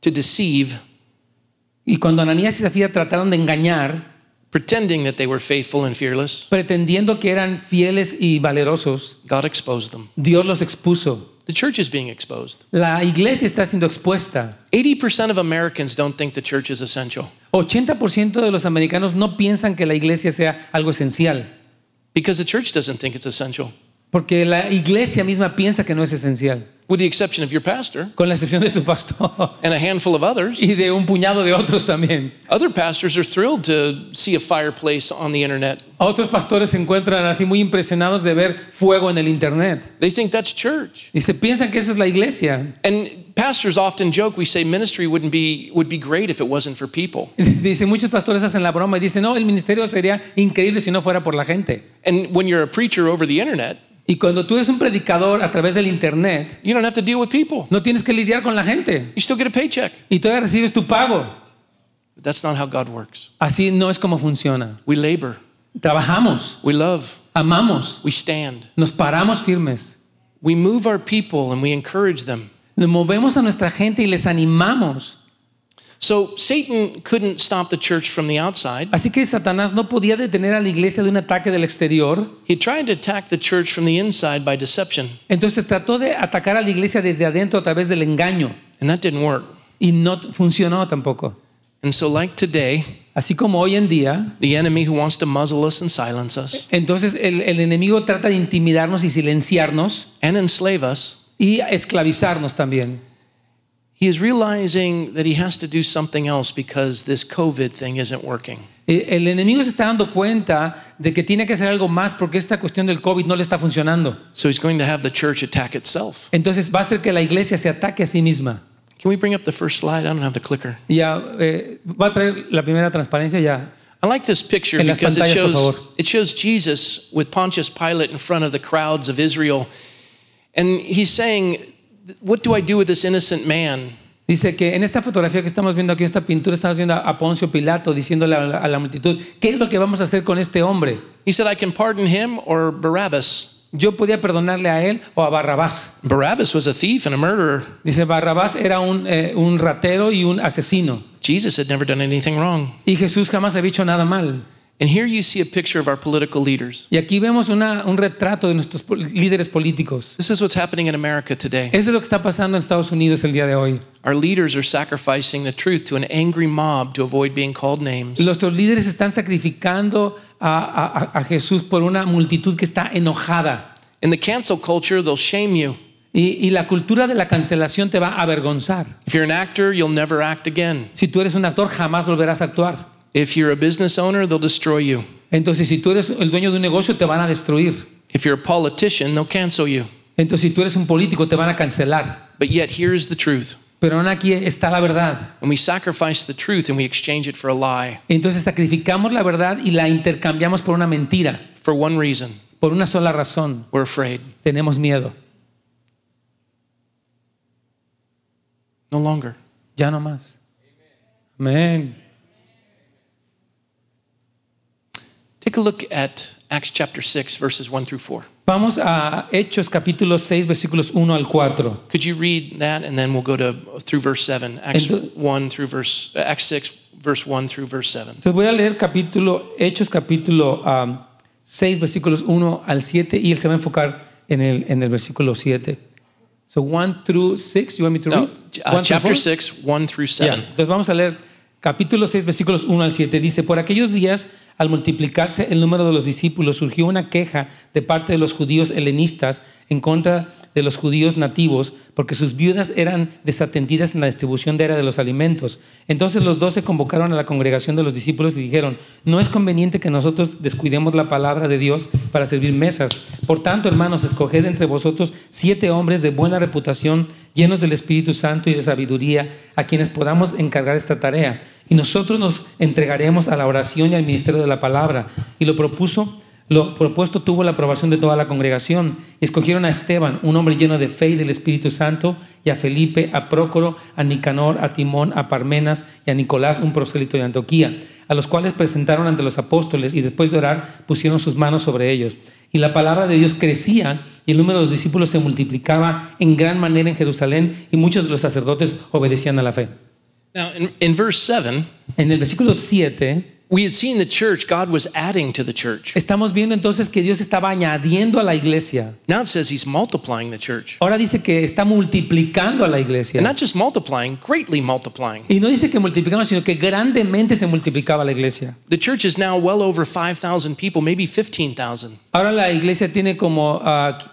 Speaker 3: to deceive,
Speaker 2: Y cuando Ananías y Zafira trataron de engañar,
Speaker 3: pretending that they were faithful and fearless,
Speaker 2: pretendiendo que eran fieles y valerosos,
Speaker 3: God exposed them.
Speaker 2: Dios los expuso.
Speaker 3: The church is being exposed.
Speaker 2: La iglesia está siendo expuesta.
Speaker 3: 80% of Americans don't think the church is essential
Speaker 2: 80% de los americanos no piensan que la iglesia sea algo esencial,
Speaker 3: because the church doesn't think it's essential,
Speaker 2: porque la iglesia misma piensa que no es esencial,
Speaker 3: with the exception of your pastor
Speaker 2: con la excepción de tu pastor <laughs>
Speaker 3: and a handful of others.
Speaker 2: y de un puñado de otros también.
Speaker 3: Other pastors are thrilled to see a fireplace on the internet.
Speaker 2: Otros pastores se encuentran así muy impresionados de ver fuego en el internet.
Speaker 3: They think that's church.
Speaker 2: Y se piensan que eso es la iglesia. <laughs>
Speaker 3: And pastors often joke, we say ministry wouldn't be would be great if it wasn't for people.
Speaker 2: Dice, muchos pastores hacen la broma y dicen, no, el ministerio sería increíble si no fuera por la gente.
Speaker 3: And when you're a preacher over the internet,
Speaker 2: Y cuando tú eres un predicador a través del internet,
Speaker 3: you don't have to deal with people.
Speaker 2: no tienes que lidiar con la gente
Speaker 3: You still get a paycheck.
Speaker 2: y todavía recibes tu pago.
Speaker 3: But that's not how God works.
Speaker 2: Así no es como funciona.
Speaker 3: We labor,
Speaker 2: Trabajamos,
Speaker 3: we love,
Speaker 2: amamos,
Speaker 3: we stand.
Speaker 2: nos paramos firmes,
Speaker 3: We move our people and we encourage them.
Speaker 2: nos movemos a nuestra gente y les animamos.
Speaker 3: So Satan couldn't stop the church from the outside.
Speaker 2: Así que Satanás no podía detener a la iglesia de un ataque del exterior,
Speaker 3: He tried to attack the church from the inside by deception,
Speaker 2: entonces trató de atacar a la iglesia desde adentro a través del engaño
Speaker 3: and that didn't work.
Speaker 2: y no t- funcionó tampoco.
Speaker 3: And so, like today,
Speaker 2: Así como hoy en día,
Speaker 3: the enemy who wants to muzzle us and silence us
Speaker 2: entonces el- el enemigo trata de intimidarnos y silenciarnos
Speaker 3: and enslave us,
Speaker 2: y esclavizarnos también.
Speaker 3: he is realizing that he has to do something else because this COVID thing isn't working.
Speaker 2: Eh, El enemigo se está dando cuenta de que tiene que hacer algo más porque esta cuestión del COVID no le está funcionando.
Speaker 3: So he's going to have the church attack itself.
Speaker 2: Entonces va a hacer que la iglesia se ataque a sí misma.
Speaker 3: Can we bring up the first slide? I don't have the clicker.
Speaker 2: Ya eh, va a traer la primera transparencia ya.
Speaker 3: I like this picture
Speaker 2: En las
Speaker 3: because it
Speaker 2: pantallas, por
Speaker 3: shows
Speaker 2: favor.
Speaker 3: it shows Jesus with Pontius Pilate in front of the crowds of Israel, and he's saying, "What do I do with this innocent man?"
Speaker 2: Dice que en esta fotografía que estamos viendo aquí, esta pintura, estamos viendo a- a Poncio Pilato diciéndole a la, a la multitud, ¿qué es lo que vamos a hacer con este hombre?
Speaker 3: He said, "I can pardon him or Barabbas."
Speaker 2: Yo podía perdonarle a él o a Barrabás.
Speaker 3: Barabbas was a thief and a murderer.
Speaker 2: Dice, Barrabás era un, eh, un ratero y un asesino.
Speaker 3: Jesus had never done anything wrong.
Speaker 2: Y Jesús jamás había hecho nada mal.
Speaker 3: And here you see a picture of our political leaders.
Speaker 2: Y aquí vemos una- un retrato de nuestros pol- líderes políticos.
Speaker 3: This is what's happening in America today.
Speaker 2: Eso es lo que está pasando en Estados Unidos el día de hoy.
Speaker 3: Our leaders are sacrificing the truth to an angry mob to avoid being called names.
Speaker 2: Nuestros líderes están sacrificando a, a- a Jesús por una multitud que está enojada.
Speaker 3: In the cancel culture, they'll shame you.
Speaker 2: Y, y la cultura de la cancelación te va a avergonzar.
Speaker 3: If you're an actor, you'll never act again.
Speaker 2: Si tú eres un actor, jamás volverás a actuar.
Speaker 3: If you're a business owner, they'll destroy you.
Speaker 2: Entonces, si tú eres el dueño de un negocio, te van a destruir.
Speaker 3: If you're a politician, they'll cancel you.
Speaker 2: Entonces, si tú eres un político, te van a cancelar.
Speaker 3: But yet, here's the truth.
Speaker 2: Pero aún aquí está la verdad.
Speaker 3: And we sacrifice the truth and we exchange it for a lie
Speaker 2: Entonces, sacrificamos la verdad y la intercambiamos por una mentira,
Speaker 3: for one reason
Speaker 2: por una sola razón.
Speaker 3: we're afraid.
Speaker 2: Tenemos miedo.
Speaker 3: No longer.
Speaker 2: Ya no más. Amén.
Speaker 3: Take a look at Acts chapter 6, verses 1 through 4.
Speaker 2: Vamos a Hechos capítulo 6, versículos 1 al 4.
Speaker 3: Could you read that and then we'll go to through verse 7, Acts
Speaker 2: Ento-
Speaker 3: 1 through verse uh, Acts 6 verse 1 through verse 7.
Speaker 2: Entonces voy a leer capítulo, Hechos capítulo am, 6, versículos 1 al 7 y él se va a enfocar en el, en el versículo 7. So 1 through 6, you want me to
Speaker 3: No,
Speaker 2: read?
Speaker 3: uh,
Speaker 2: 1 through
Speaker 3: chapter
Speaker 2: 4?
Speaker 3: 6, 1 through
Speaker 2: Ya,
Speaker 3: 7.
Speaker 2: Entonces vamos a leer capítulo 6, versículos 1 al 7. Dice, por aquellos días, al multiplicarse el número de los discípulos, surgió una queja de parte de los judíos helenistas en contra de los judíos nativos, porque sus viudas eran desatendidas en la distribución diaria de los alimentos. Entonces los doce convocaron a la congregación de los discípulos y dijeron, no es conveniente que nosotros descuidemos la palabra de Dios para servir mesas. Por tanto, hermanos, escoged entre vosotros siete hombres de buena reputación, llenos del Espíritu Santo y de sabiduría, a quienes podamos encargar esta tarea. Y nosotros nos entregaremos a la oración y al ministerio de la palabra. Y lo propuso, lo propuesto tuvo la aprobación de toda la congregación. Y escogieron a Esteban, un hombre lleno de fe y del Espíritu Santo, y a Felipe, a Prócoro, a Nicanor, a Timón, a Parmenas y a Nicolás, un prosélito de Antoquía, a los cuales presentaron ante los apóstoles y después de orar pusieron sus manos sobre ellos. Y la palabra de Dios crecía y el número de los discípulos se multiplicaba en gran manera en Jerusalén y muchos de los sacerdotes obedecían a la fe.
Speaker 3: Now in, in verse 7,
Speaker 2: En el versículo 7
Speaker 3: we had seen the church, God was adding to the church.
Speaker 2: estamos viendo entonces que Dios estaba añadiendo a la iglesia.
Speaker 3: Now it says he's multiplying the church.
Speaker 2: Ahora dice que está multiplicando a la
Speaker 3: And
Speaker 2: iglesia.
Speaker 3: not just multiplying, greatly multiplying.
Speaker 2: Y no dice que multiplicamos, sino que grandemente se multiplicaba la iglesia.
Speaker 3: The church is now well over 5,000 people, maybe 15,000.
Speaker 2: Ahora la iglesia tiene como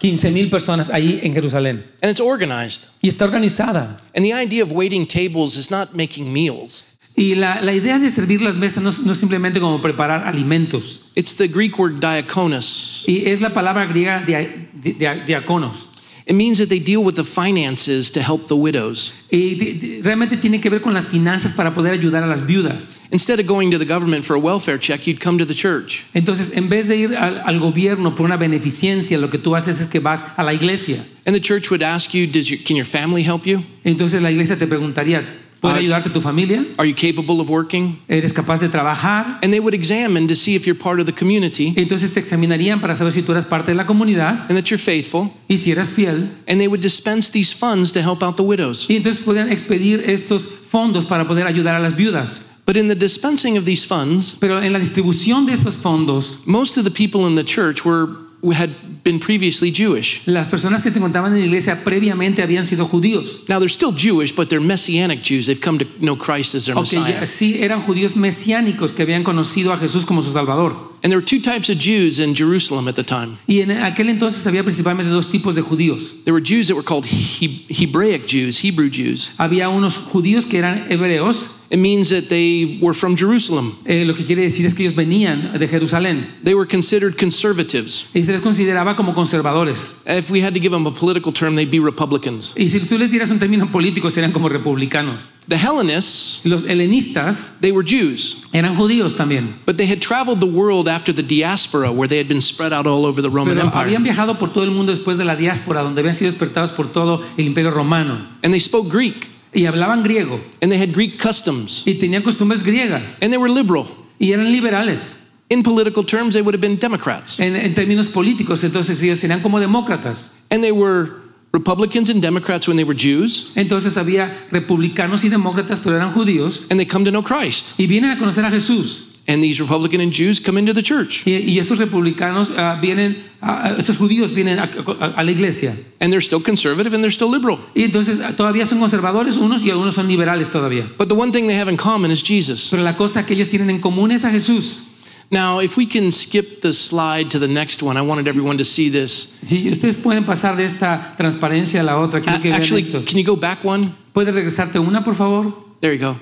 Speaker 2: 15 mil personas ahí en Jerusalén
Speaker 3: And it's organized.
Speaker 2: y está organizada.
Speaker 3: And the idea of waiting tables is not making meals.
Speaker 2: Y la, la idea de servir las mesas no, es- no es simplemente como preparar alimentos,
Speaker 3: It's the Greek word diakonos.
Speaker 2: y es la palabra griega dia- di- dia- diaconos.
Speaker 3: It means that they deal with the finances to help the widows.
Speaker 2: Y di- di- realmente tiene que ver con las finanzas para poder ayudar a las viudas.
Speaker 3: Instead of going to the government for a welfare check, you'd come to the church.
Speaker 2: Entonces, en vez de ir al, al gobierno por una beneficencia, lo que tú haces es que vas a la iglesia.
Speaker 3: And the church would ask you, Does your, Can your family help you?
Speaker 2: Entonces la iglesia te preguntaría, ¿puede
Speaker 3: Ah.
Speaker 2: ayudarte tu familia?
Speaker 3: Are you capable of working?
Speaker 2: ¿Eres capaz de trabajar?
Speaker 3: And they would examine to see if you're part of the community
Speaker 2: Entonces te examinarían para saber si tú eras parte de la comunidad
Speaker 3: and that you're faithful.
Speaker 2: y si eras fiel.
Speaker 3: And they would dispense these funds to help out the widows.
Speaker 2: Y entonces podían expedir estos fondos para poder ayudar a las viudas.
Speaker 3: But in the dispensing of these funds,
Speaker 2: Pero en la distribución de estos fondos,
Speaker 3: most of the people in the church were had been previously Jewish.
Speaker 2: las personas que se encontraban en la iglesia previamente habían sido judíos.
Speaker 3: Now they're still Jewish, but they're messianic Jews. They've come to know Christ as their
Speaker 2: Ok,
Speaker 3: Messiah.
Speaker 2: ya- sí, eran judíos mesiánicos que habían conocido a Jesús como su Salvador.
Speaker 3: And there were two types of Jews in Jerusalem at the time.
Speaker 2: Y en aquel entonces había principalmente dos tipos de judíos.
Speaker 3: There were Jews that were called he- Hebraic Jews, Hebrew Jews.
Speaker 2: Había unos judíos que eran hebreos,
Speaker 3: It means that they were from Jerusalem.
Speaker 2: eh, lo que quiere decir es que ellos venían de Jerusalén
Speaker 3: They were considered conservatives.
Speaker 2: y se les consideraba como conservadores.
Speaker 3: If we had to give them a political term, they'd be Republicans.
Speaker 2: Y si tú les dieras un término político, serían como republicanos.
Speaker 3: The Hellenists,
Speaker 2: Los helenistas
Speaker 3: they were Jews,
Speaker 2: eran judíos también.
Speaker 3: but they had traveled the world after the diaspora, where they had been spread out all over the Roman
Speaker 2: Pero
Speaker 3: Empire.
Speaker 2: habían viajado por todo el mundo después de la diáspora, donde habían sido despertados por todo el imperio romano.
Speaker 3: And they spoke Greek,
Speaker 2: Y hablaban griego,
Speaker 3: and they had Greek customs,
Speaker 2: y tenían costumbres griegas,
Speaker 3: and they were liberal.
Speaker 2: y eran liberales.
Speaker 3: In political terms, they would have been Democrats.
Speaker 2: En, en términos políticos, entonces ellos serían como demócratas.
Speaker 3: And they were Republicans and Democrats when they were Jews,
Speaker 2: Entonces había republicanos y demócratas, pero eran judíos,
Speaker 3: and they come to know Christ.
Speaker 2: y vienen a conocer a Jesús.
Speaker 3: And these Republican and Jews come into the church,
Speaker 2: Y, y estos republicanos ah, vienen, ah, estos judíos vienen a, a- a la iglesia.
Speaker 3: and they're still conservative and they're still liberal.
Speaker 2: Y entonces ah, todavía son conservadores unos y algunos son liberales todavía.
Speaker 3: But the one thing they have in common is Jesus.
Speaker 2: Pero la cosa que ellos tienen en común es a Jesús.
Speaker 3: Now, if we can skip the slide to the next one, I wanted everyone to see this.
Speaker 2: Si ustedes pueden pasar de esta transparencia a la otra, quiero
Speaker 3: A-
Speaker 2: que vean
Speaker 3: Ah, Actually,
Speaker 2: esto.
Speaker 3: can you go back one?
Speaker 2: ¿Puedes regresarte una, por favor?
Speaker 3: There you go.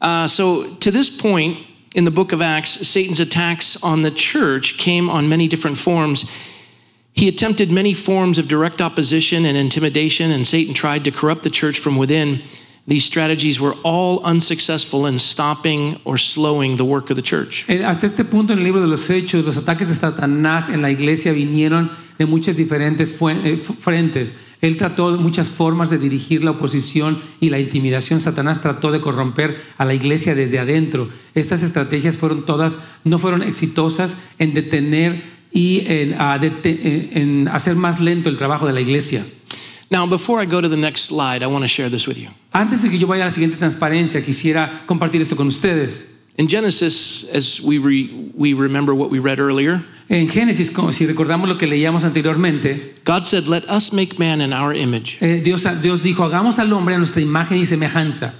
Speaker 3: Uh, so, to this point in the book of Acts, Satan's attacks on the church came on many different forms. He attempted many forms of direct opposition and intimidation, and Satan tried to corrupt the church from within. These strategies were all unsuccessful in stopping or slowing the work of the church.
Speaker 2: Eh, Hasta este punto en el libro de los Hechos, los ataques de Satanás en la iglesia vinieron de muchas diferentes fue- eh, f- frentes. Él trató de muchas formas de dirigir la oposición y la intimidación. Satanás trató de corromper a la iglesia desde adentro. Estas estrategias fueron todas, no fueron exitosas en detener y en, ah, dete- eh, en hacer más lento el trabajo de la iglesia.
Speaker 3: Now, before I go to the next slide, I want to share this with you.
Speaker 2: Antes de que yo vaya a la siguiente transparencia, quisiera compartir esto con ustedes.
Speaker 3: In Genesis, as we, re- we remember what we read earlier,
Speaker 2: En Génesis, como si recordamos lo que leíamos anteriormente,
Speaker 3: God said, Let us make man in our image,
Speaker 2: Eh, Dios, Dios dijo, hagamos al hombre a nuestra imagen y semejanza,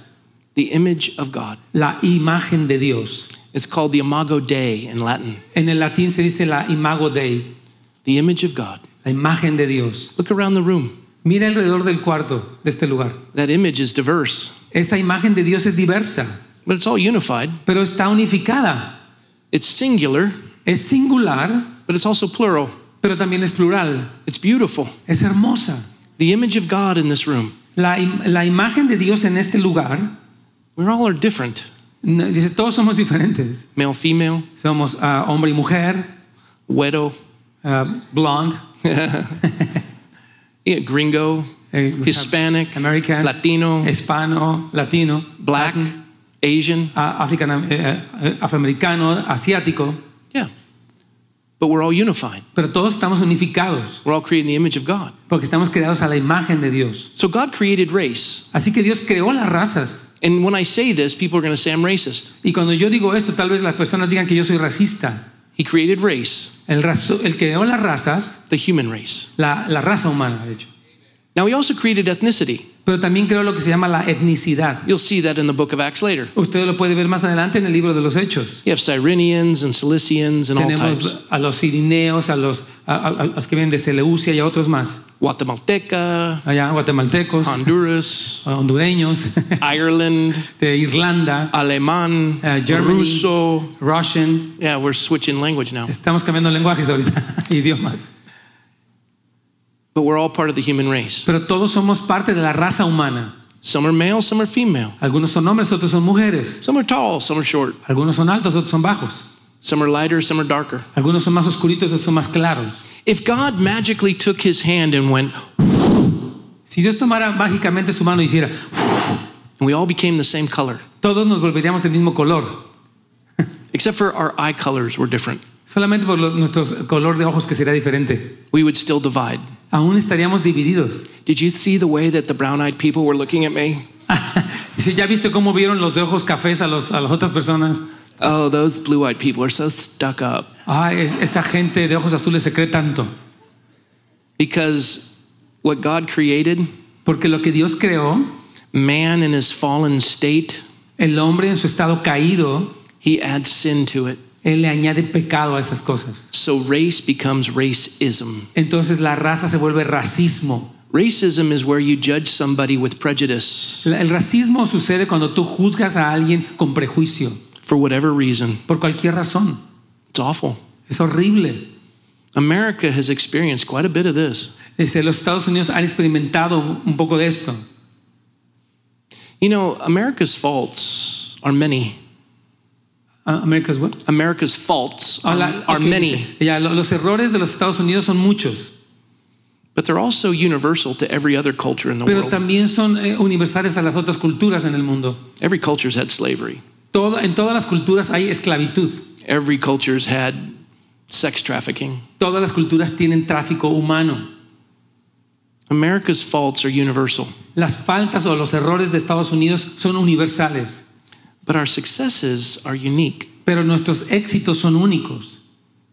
Speaker 3: the image of God.
Speaker 2: la imagen de Dios.
Speaker 3: It's called the Imago Dei in Latin,
Speaker 2: En el latín se dice la imago dei,
Speaker 3: the image of God.
Speaker 2: la imagen de Dios.
Speaker 3: Look around the room.
Speaker 2: Mira alrededor del cuarto de este lugar.
Speaker 3: That image is diverse,
Speaker 2: Esta imagen de Dios es diversa,
Speaker 3: but it's all unified.
Speaker 2: pero está unificada.
Speaker 3: It's singular,
Speaker 2: Es singular,
Speaker 3: but it's also plural.
Speaker 2: pero también es plural.
Speaker 3: It's beautiful.
Speaker 2: Es hermosa.
Speaker 3: The image of God in this room.
Speaker 2: La, im- la imagen de Dios en este lugar,
Speaker 3: We all are different
Speaker 2: no, dice, todos somos diferentes.
Speaker 3: male, female,
Speaker 2: Somos ah, hombre y mujer,
Speaker 3: wedo,
Speaker 2: ah, blonde,
Speaker 3: yeah, gringo,
Speaker 2: eh, we have
Speaker 3: Hispanic,
Speaker 2: American,
Speaker 3: Latino,
Speaker 2: hispano, latino,
Speaker 3: black, Asian.
Speaker 2: a- africana- eh, eh, afroamericano, asiático,
Speaker 3: Yeah. But we're all unified.
Speaker 2: pero todos estamos unificados
Speaker 3: We're all created in the image of God.
Speaker 2: porque estamos creados a la imagen de Dios.
Speaker 3: So God created race.
Speaker 2: Así que Dios creó las razas.
Speaker 3: And when I say this, people are going to say I'm racist.
Speaker 2: Y cuando yo digo esto, tal vez las personas digan que yo soy racista.
Speaker 3: He created race,
Speaker 2: El, razo- el creó las razas,
Speaker 3: the human race.
Speaker 2: la, la raza humana, de hecho.
Speaker 3: Now, he also created ethnicity.
Speaker 2: Pero también creó lo que se llama la etnicidad.
Speaker 3: You'll see that in the book of Acts later.
Speaker 2: Usted lo puede ver más adelante en el libro de los Hechos.
Speaker 3: You have Cyrenians and Cilicians and all types.
Speaker 2: Tenemos a los sirineos, a los, a- a- a los que vienen de Seleucia y a otros más.
Speaker 3: Guatemalteca,
Speaker 2: Allá, guatemaltecos,
Speaker 3: Honduras,
Speaker 2: hondureños, <laughs>
Speaker 3: Ireland,
Speaker 2: de Irlanda,
Speaker 3: Aleman,
Speaker 2: Uh, Germany.
Speaker 3: Russo.
Speaker 2: Russian.
Speaker 3: Yeah, we're switching language now.
Speaker 2: Estamos cambiando lenguajes ahorita, <laughs> idiomas.
Speaker 3: But we're all part of the human race.
Speaker 2: Pero todos somos parte de la raza humana.
Speaker 3: Some are male, some are female.
Speaker 2: Algunos son hombres, otros son mujeres.
Speaker 3: Some are tall, some are short.
Speaker 2: Algunos son altos, otros son bajos.
Speaker 3: Some are lighter, some are darker.
Speaker 2: Algunos son más oscuritos, otros son más claros.
Speaker 3: If God magically took his hand and went,
Speaker 2: Si Dios tomara mágicamente su mano y hiciera,
Speaker 3: and we all became the same color,
Speaker 2: todos nos volveríamos del mismo color.
Speaker 3: except for our eye colors were different,
Speaker 2: Solamente por lo- nuestro color de ojos que sería diferente.
Speaker 3: we would still divide.
Speaker 2: Aún estaríamos divididos. <laughs>
Speaker 3: Did you see the way that the brown eyed people were looking at me?
Speaker 2: Si ya viste cómo vieron los de ojos cafés a, los- a las otras personas.
Speaker 3: Oh, those blue eyed people are so stuck up
Speaker 2: Ay, es- esa gente de ojos azules se cree tanto.
Speaker 3: because what God created,
Speaker 2: Porque lo que Dios creó
Speaker 3: man in his fallen state,
Speaker 2: El hombre en su estado caído,
Speaker 3: he adds sin to it.
Speaker 2: él le añade pecado a esas cosas.
Speaker 3: So race becomes racism.
Speaker 2: Entonces la raza se vuelve racismo.
Speaker 3: Racism is where you judge somebody with prejudice
Speaker 2: La- El racismo sucede cuando tú juzgas a alguien con prejuicio,
Speaker 3: for whatever reason.
Speaker 2: por cualquier razón.
Speaker 3: It's awful.
Speaker 2: Es horrible.
Speaker 3: America has experienced quite a bit of this.
Speaker 2: Desde los Estados Unidos han experimentado un poco de esto.
Speaker 3: You know, America's faults are many.
Speaker 2: Ah, America's what?
Speaker 3: America's faults
Speaker 2: Ah,
Speaker 3: are,
Speaker 2: la-
Speaker 3: are
Speaker 2: ok,
Speaker 3: many,
Speaker 2: dice, ya, lo- los errores de los Estados Unidos son muchos,
Speaker 3: but they're also universal to every other culture in the
Speaker 2: pero
Speaker 3: world.
Speaker 2: también son eh, universales a las otras culturas en el mundo.
Speaker 3: Every culture's had slavery.
Speaker 2: Todo- en todas las culturas hay esclavitud.
Speaker 3: Every culture's had sex trafficking.
Speaker 2: Todas las culturas tienen tráfico humano.
Speaker 3: America's faults are universal,
Speaker 2: Las faltas o los errores de Estados Unidos son universales,
Speaker 3: but our successes are unique.
Speaker 2: pero nuestros éxitos son únicos.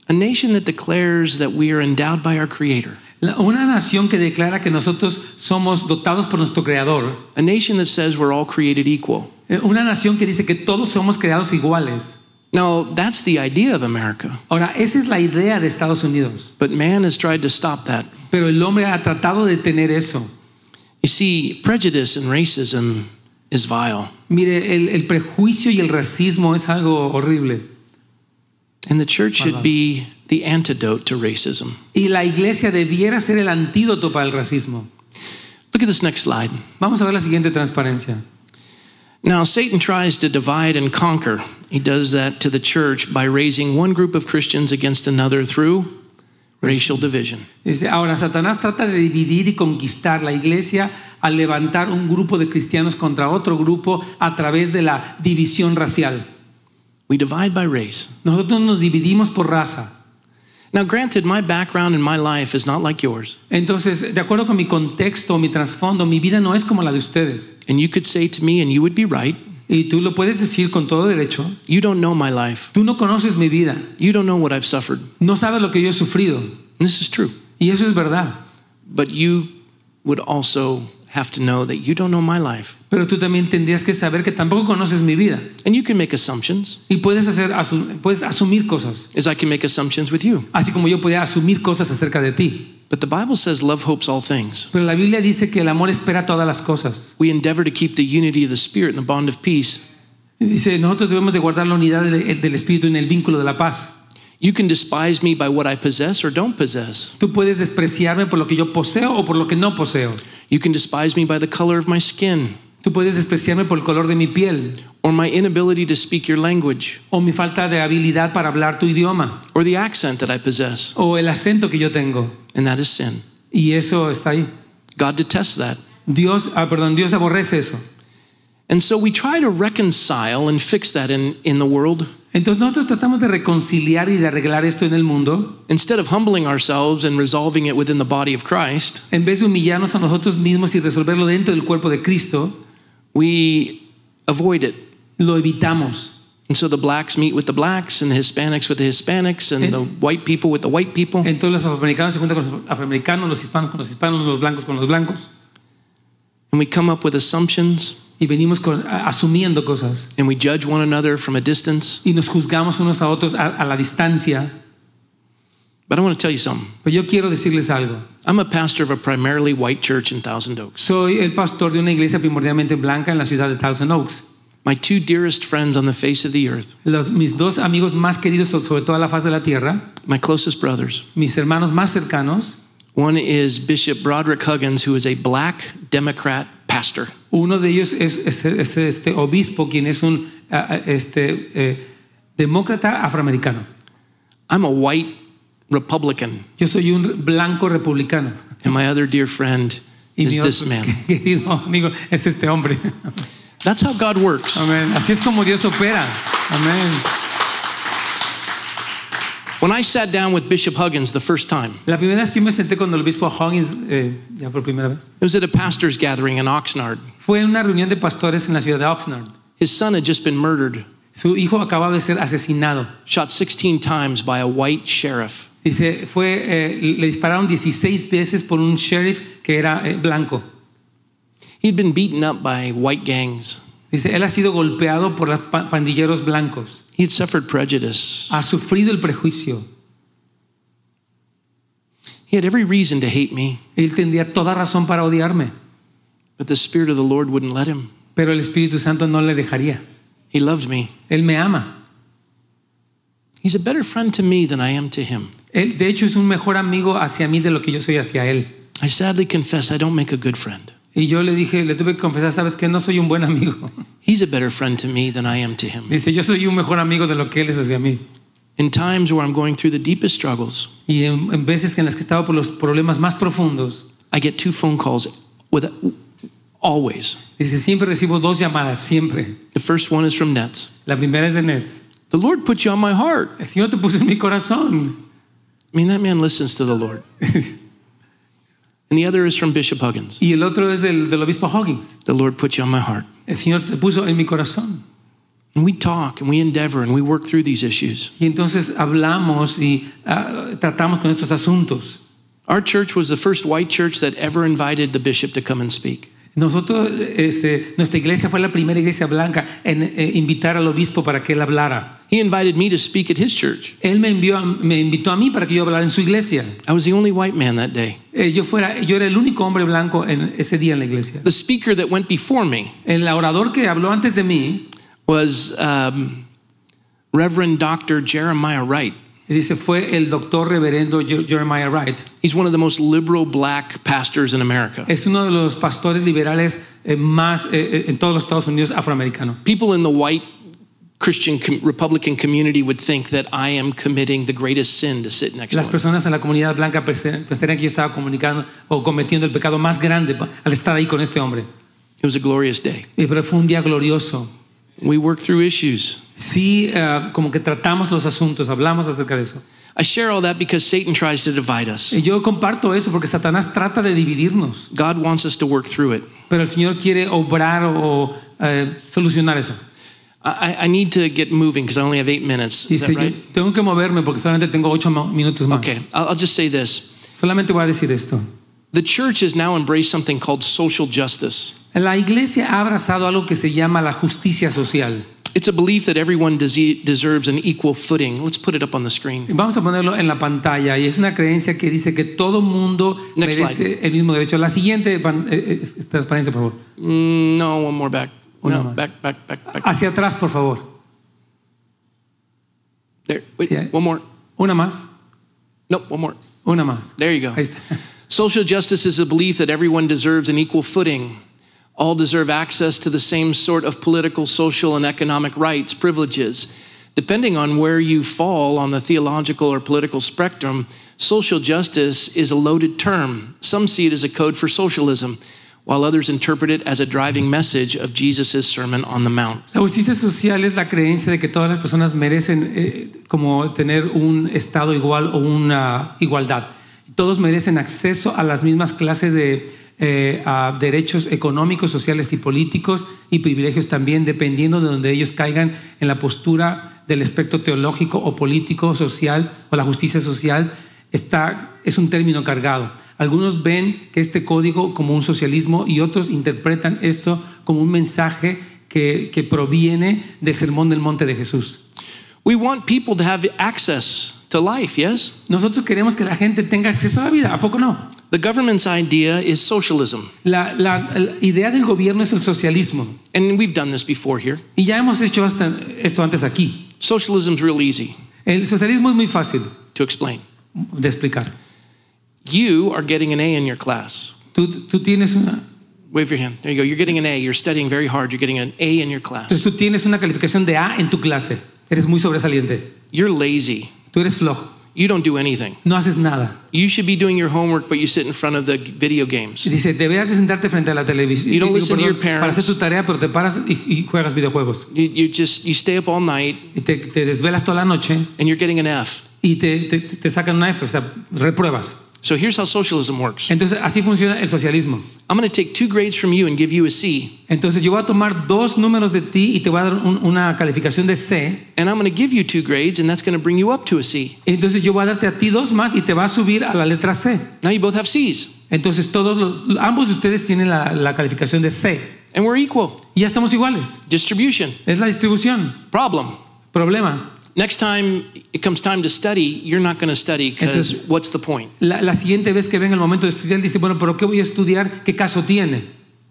Speaker 3: A nation that declares that we are endowed by our Creator,
Speaker 2: La- Una nación que declara que nosotros somos dotados por nuestro Creador,
Speaker 3: a nation that says we're all created equal,
Speaker 2: eh, una nación que dice que todos somos creados iguales,
Speaker 3: Now, that's the idea of America,
Speaker 2: Ahora, esa es la idea de Estados Unidos,
Speaker 3: but man has tried to stop that.
Speaker 2: pero el hombre ha tratado de tener eso.
Speaker 3: You see, prejudice and racism is vile,
Speaker 2: Mire, el, el prejuicio y el racismo es algo horrible.
Speaker 3: and the church should be the antidote to racism.
Speaker 2: Y la iglesia debiera ser el antídoto para el racismo.
Speaker 3: Look at this next slide.
Speaker 2: Vamos a ver la siguiente transparencia.
Speaker 3: Now, Satan tries to divide and conquer. He does that to the church by raising one group of Christians against another through racial division.
Speaker 2: Dice, ahora, Satanás trata de dividir y conquistar la iglesia al levantar un grupo de cristianos contra otro grupo a través de la división racial.
Speaker 3: We divide by race.
Speaker 2: Nosotros nos dividimos por raza.
Speaker 3: Now, granted, my background and my life is not like yours.
Speaker 2: Entonces, de acuerdo con mi contexto, mi trasfondo, mi vida no es como la de ustedes.
Speaker 3: And you could say to me, and you would be right,
Speaker 2: Y tú lo puedes decir con todo derecho.
Speaker 3: you don't know my life.
Speaker 2: Tú no conoces mi vida.
Speaker 3: You don't know what I've suffered.
Speaker 2: No sabes lo que yo he sufrido.
Speaker 3: And this is true.
Speaker 2: Y eso es verdad.
Speaker 3: But you would also have to know that you don't know my life.
Speaker 2: Pero tú también tendrías que saber que tampoco conoces mi vida.
Speaker 3: And you can make assumptions,
Speaker 2: Y puedes, hacer, asu- puedes asumir cosas.
Speaker 3: as I can make assumptions with you.
Speaker 2: Así como yo podía asumir cosas acerca de ti.
Speaker 3: But the Bible says love hopes all things.
Speaker 2: Pero la Biblia dice que el amor espera todas las cosas.
Speaker 3: We endeavor to keep the unity of the Spirit and the bond of peace.
Speaker 2: Y Dice, nosotros debemos de guardar la unidad del, del espíritu en el vínculo de la paz.
Speaker 3: You can despise me by what I possess or don't possess.
Speaker 2: Tú puedes despreciarme por lo que yo poseo o por lo que no poseo.
Speaker 3: You can despise me by the color of my skin
Speaker 2: Tú puedes despreciarme por el color de mi piel
Speaker 3: or my inability to speak your language
Speaker 2: o mi falta de habilidad para hablar tu idioma
Speaker 3: or the accent that I possess.
Speaker 2: o el acento que yo tengo.
Speaker 3: And that is sin.
Speaker 2: Y eso está ahí.
Speaker 3: God detests that.
Speaker 2: Dios, ah, perdón, Dios aborrece eso.
Speaker 3: And so we try to reconcile and fix that in, in the world
Speaker 2: Entonces nosotros tratamos de reconciliar y de arreglar esto en el mundo.
Speaker 3: instead of humbling ourselves and resolving it within the body of Christ.
Speaker 2: En vez de humillarnos a nosotros mismos y resolverlo dentro del cuerpo de Cristo,
Speaker 3: We avoid it.
Speaker 2: lo evitamos.
Speaker 3: And so the blacks meet with the blacks and the Hispanics with the Hispanics and the white people with the white people.
Speaker 2: Entonces los afroamericanos se juntan con los afroamericanos, los hispanos con los hispanos, los blancos con los blancos.
Speaker 3: And we come up with assumptions
Speaker 2: Y venimos con- a- asumiendo cosas.
Speaker 3: and we judge one another from a distance.
Speaker 2: Y nos juzgamos unos a otros a, a la distancia.
Speaker 3: But I want to tell you something.
Speaker 2: Pero yo quiero decirles algo.
Speaker 3: I'm a pastor of a primarily white church in Thousand Oaks.
Speaker 2: Soy el pastor de una iglesia primordialmente blanca en la ciudad de Thousand Oaks.
Speaker 3: My two dearest friends on the face of the earth,
Speaker 2: Los- mis dos amigos más queridos so- sobre toda la faz de la tierra,
Speaker 3: my closest brothers.
Speaker 2: mis hermanos más cercanos,
Speaker 3: One is Bishop Broderick Huggins, who is a black Democrat pastor.
Speaker 2: Uno de ellos es, es- es este obispo, quien es un ah, ah, este, eh, demócrata afroamericano.
Speaker 3: I'm a white Republican.
Speaker 2: Yo soy un blanco republicano.
Speaker 3: And my other dear friend
Speaker 2: Y
Speaker 3: is
Speaker 2: mi
Speaker 3: this
Speaker 2: otro
Speaker 3: man.
Speaker 2: <laughs> querido amigo es este
Speaker 3: <laughs>
Speaker 2: hombre.
Speaker 3: That's how God works.
Speaker 2: Amén. Así es como Dios opera. Amén.
Speaker 3: When I sat down with Bishop Huggins the first time,
Speaker 2: La primera vez que me senté con el obispo Hoggins, eh, ya por primera vez,
Speaker 3: it was at a pastor's gathering in Oxnard.
Speaker 2: fue en una reunión de pastores en la ciudad de Oxnard.
Speaker 3: His son had just been murdered,
Speaker 2: Su hijo acababa de ser asesinado.
Speaker 3: shot 16 times by a white sheriff.
Speaker 2: Dice, fue, eh, le dispararon 16 veces por un sheriff que era eh, blanco.
Speaker 3: He'd been beaten up by white gangs.
Speaker 2: Dice, él ha sido golpeado por los pa- pandilleros blancos,
Speaker 3: He had suffered prejudice.
Speaker 2: ha sufrido el prejuicio.
Speaker 3: He had every reason to hate me,
Speaker 2: Él tendría toda razón para odiarme,
Speaker 3: but the Spirit of the Lord wouldn't let him.
Speaker 2: pero el Espíritu Santo no le dejaría.
Speaker 3: He loved me.
Speaker 2: Él me ama.
Speaker 3: He's a better friend to me than I am to him.
Speaker 2: Él, de hecho, es un mejor amigo hacia mí de lo que yo soy hacia él.
Speaker 3: I sadly confess I don't make a good friend.
Speaker 2: Y yo le dije, le tuve que confesar, sabes que no soy un buen amigo. <laughs>
Speaker 3: He's a better friend to me than I am to him.
Speaker 2: Dice, yo soy un mejor amigo de lo que él es hacia mí.
Speaker 3: In times where I'm going through the deepest struggles,
Speaker 2: Y en, en veces en las que estaba por los problemas más profundos,
Speaker 3: I get two phone calls with always.
Speaker 2: dice, siempre recibo dos llamadas, siempre.
Speaker 3: The first one is from Nets.
Speaker 2: La primera es de Nets.
Speaker 3: The Lord put you on my heart.
Speaker 2: El Señor te puso en mi corazón.
Speaker 3: I mean, that man listens to the Lord. and the other is from Bishop Huggins.
Speaker 2: Y el otro es del, del obispo Hoggins.
Speaker 3: The Lord put you on my heart.
Speaker 2: El Señor te puso en mi corazón.
Speaker 3: And we talk and we endeavor and we work through these issues.
Speaker 2: Y entonces hablamos y ah, tratamos con estos asuntos.
Speaker 3: Our church was the first white church that ever invited the bishop to come and speak.
Speaker 2: Nosotros, este, nuestra iglesia fue la primera iglesia blanca en eh, invitar al obispo para que él hablara.
Speaker 3: He invited me to speak at his church.
Speaker 2: Él me, envió a- me invitó a mí para que yo hablara en su iglesia.
Speaker 3: I was the only white man that day.
Speaker 2: Eh, yo, fuera, yo era el único hombre blanco en ese día en la iglesia.
Speaker 3: The speaker that went before me
Speaker 2: El orador que habló antes de mí
Speaker 3: was um, Reverend Dr. Jeremiah Wright.
Speaker 2: dice fue el doctor reverendo Jer- Jeremiah Wright.
Speaker 3: He's one of the most liberal black pastors in America.
Speaker 2: Es uno de los pastores liberales eh, más eh, eh, en todos los Estados Unidos afroamericano.
Speaker 3: People in the white Christian com- Republican community would think that I am committing the greatest sin to sit next
Speaker 2: Las
Speaker 3: to him.
Speaker 2: personas en la comunidad blanca pense- pensarían que yo estaba comunicando o cometiendo el pecado más grande pa- al estar ahí con este hombre.
Speaker 3: It was a glorious day.
Speaker 2: Eh, Pero fue un día glorioso.
Speaker 3: We worked through issues.
Speaker 2: Sí, eh, como que tratamos los asuntos, hablamos acerca de eso.
Speaker 3: I share all that because Satan tries to divide us.
Speaker 2: Y yo comparto eso porque Satanás trata de dividirnos,
Speaker 3: God wants us to work through it.
Speaker 2: pero el Señor quiere obrar o eh, solucionar eso.
Speaker 3: I, I- I need to get moving because I only have eight minutes. Is
Speaker 2: Dice,
Speaker 3: that right?
Speaker 2: yo tengo que moverme porque solamente tengo ocho ma- minutos más.
Speaker 3: Okay, I'll, I'll just say this.
Speaker 2: Solamente voy a decir esto.
Speaker 3: The church has now embraced something called social justice.
Speaker 2: La iglesia ha abrazado algo que se llama la justicia social.
Speaker 3: It's a belief that everyone dese- deserves an equal footing. Let's put it up on the screen.
Speaker 2: Vamos a ponerlo en la pantalla y es una creencia que dice que todo mundo
Speaker 3: Next
Speaker 2: merece
Speaker 3: slide.
Speaker 2: el mismo derecho. La siguiente pan- eh, eh, transparencia, por favor.
Speaker 3: Mm, no, one more back.
Speaker 2: Una
Speaker 3: No,
Speaker 2: más.
Speaker 3: back, back, back, back.
Speaker 2: Hacia atrás, por favor.
Speaker 3: There. Wait,
Speaker 2: Yeah.
Speaker 3: one more.
Speaker 2: Una más,
Speaker 3: Nope, one more.
Speaker 2: una más.
Speaker 3: There you go.
Speaker 2: Ahí está.
Speaker 3: Social justice is a belief that everyone deserves an equal footing. All deserve access to the same sort of political, social, and economic rights, privileges. Depending on where you fall on the theological or political spectrum, social justice is a loaded term. Some see it as a code for socialism, while others interpret it as a driving message of Jesus' Sermon on the Mount.
Speaker 2: La justicia social es la creencia de que todas las personas merecen eh, como tener un estado igual o una igualdad. Todos merecen acceso a las mismas clases de eh, a derechos económicos, sociales y políticos y privilegios también, dependiendo de donde ellos caigan en la postura del aspecto teológico o político, social o la justicia social. Está, es un término cargado. Algunos ven que este código como un socialismo y otros interpretan esto como un mensaje que, que proviene del sermón del monte de Jesús.
Speaker 3: We want people to have access to life, yes?
Speaker 2: Nosotros queremos que la gente tenga acceso a la vida, ¿a poco no?
Speaker 3: The government's idea is socialism,
Speaker 2: La, la- la idea del gobierno es el socialismo.
Speaker 3: and we've done this before here.
Speaker 2: Y ya hemos hecho hasta esto antes aquí.
Speaker 3: Socialism's real easy
Speaker 2: El socialismo es muy fácil
Speaker 3: to explain.
Speaker 2: de explicar.
Speaker 3: You are getting an A in your class.
Speaker 2: Tú, tú tienes una,
Speaker 3: Wave your hand. There you go. You're getting an A. You're studying very hard. You're getting an A in your
Speaker 2: entonces <laughs>
Speaker 3: class.
Speaker 2: pues tú tienes una calificación de A en tu clase. Eres muy sobresaliente.
Speaker 3: You're lazy.
Speaker 2: Tú eres flojo.
Speaker 3: You don't do anything.
Speaker 2: No haces nada.
Speaker 3: You should be doing your homework, but you sit in front of the g- video games.
Speaker 2: Y Dice, deberías de sentarte frente a la televisión
Speaker 3: You don't
Speaker 2: digo,
Speaker 3: listen to your
Speaker 2: perdón, para
Speaker 3: parents.
Speaker 2: hacer tu tarea, pero te paras y, y juegas videojuegos.
Speaker 3: You, you just you stay up all night
Speaker 2: Y te- te desvelas toda la noche
Speaker 3: and you're getting an F.
Speaker 2: y te, te- te sacan una F, o sea, repruebas.
Speaker 3: So here's how socialism works.
Speaker 2: Entonces, así funciona el socialismo.
Speaker 3: I'm going to take two grades from you and give you a C,
Speaker 2: Entonces, yo voy a tomar dos números de ti y te voy a dar un- una calificación de C.
Speaker 3: and I'm going to give you two grades, and that's going to bring you up to a C.
Speaker 2: Entonces, yo voy a darte a ti dos más y te va a subir a la letra C.
Speaker 3: Now you both have C's,
Speaker 2: Entonces, todos los, ambos de ustedes tienen la, la calificación de C.
Speaker 3: and we're equal.
Speaker 2: Y ya estamos iguales.
Speaker 3: Distribution
Speaker 2: Es la distribución.
Speaker 3: problem.
Speaker 2: Problema.
Speaker 3: Next time it comes time to study, you're not going to study because
Speaker 2: Entonces-
Speaker 3: what's the point?
Speaker 2: La, la siguiente vez que venga el momento de estudiar, dice, bueno, pero ¿qué voy a estudiar? ¿Qué caso tiene?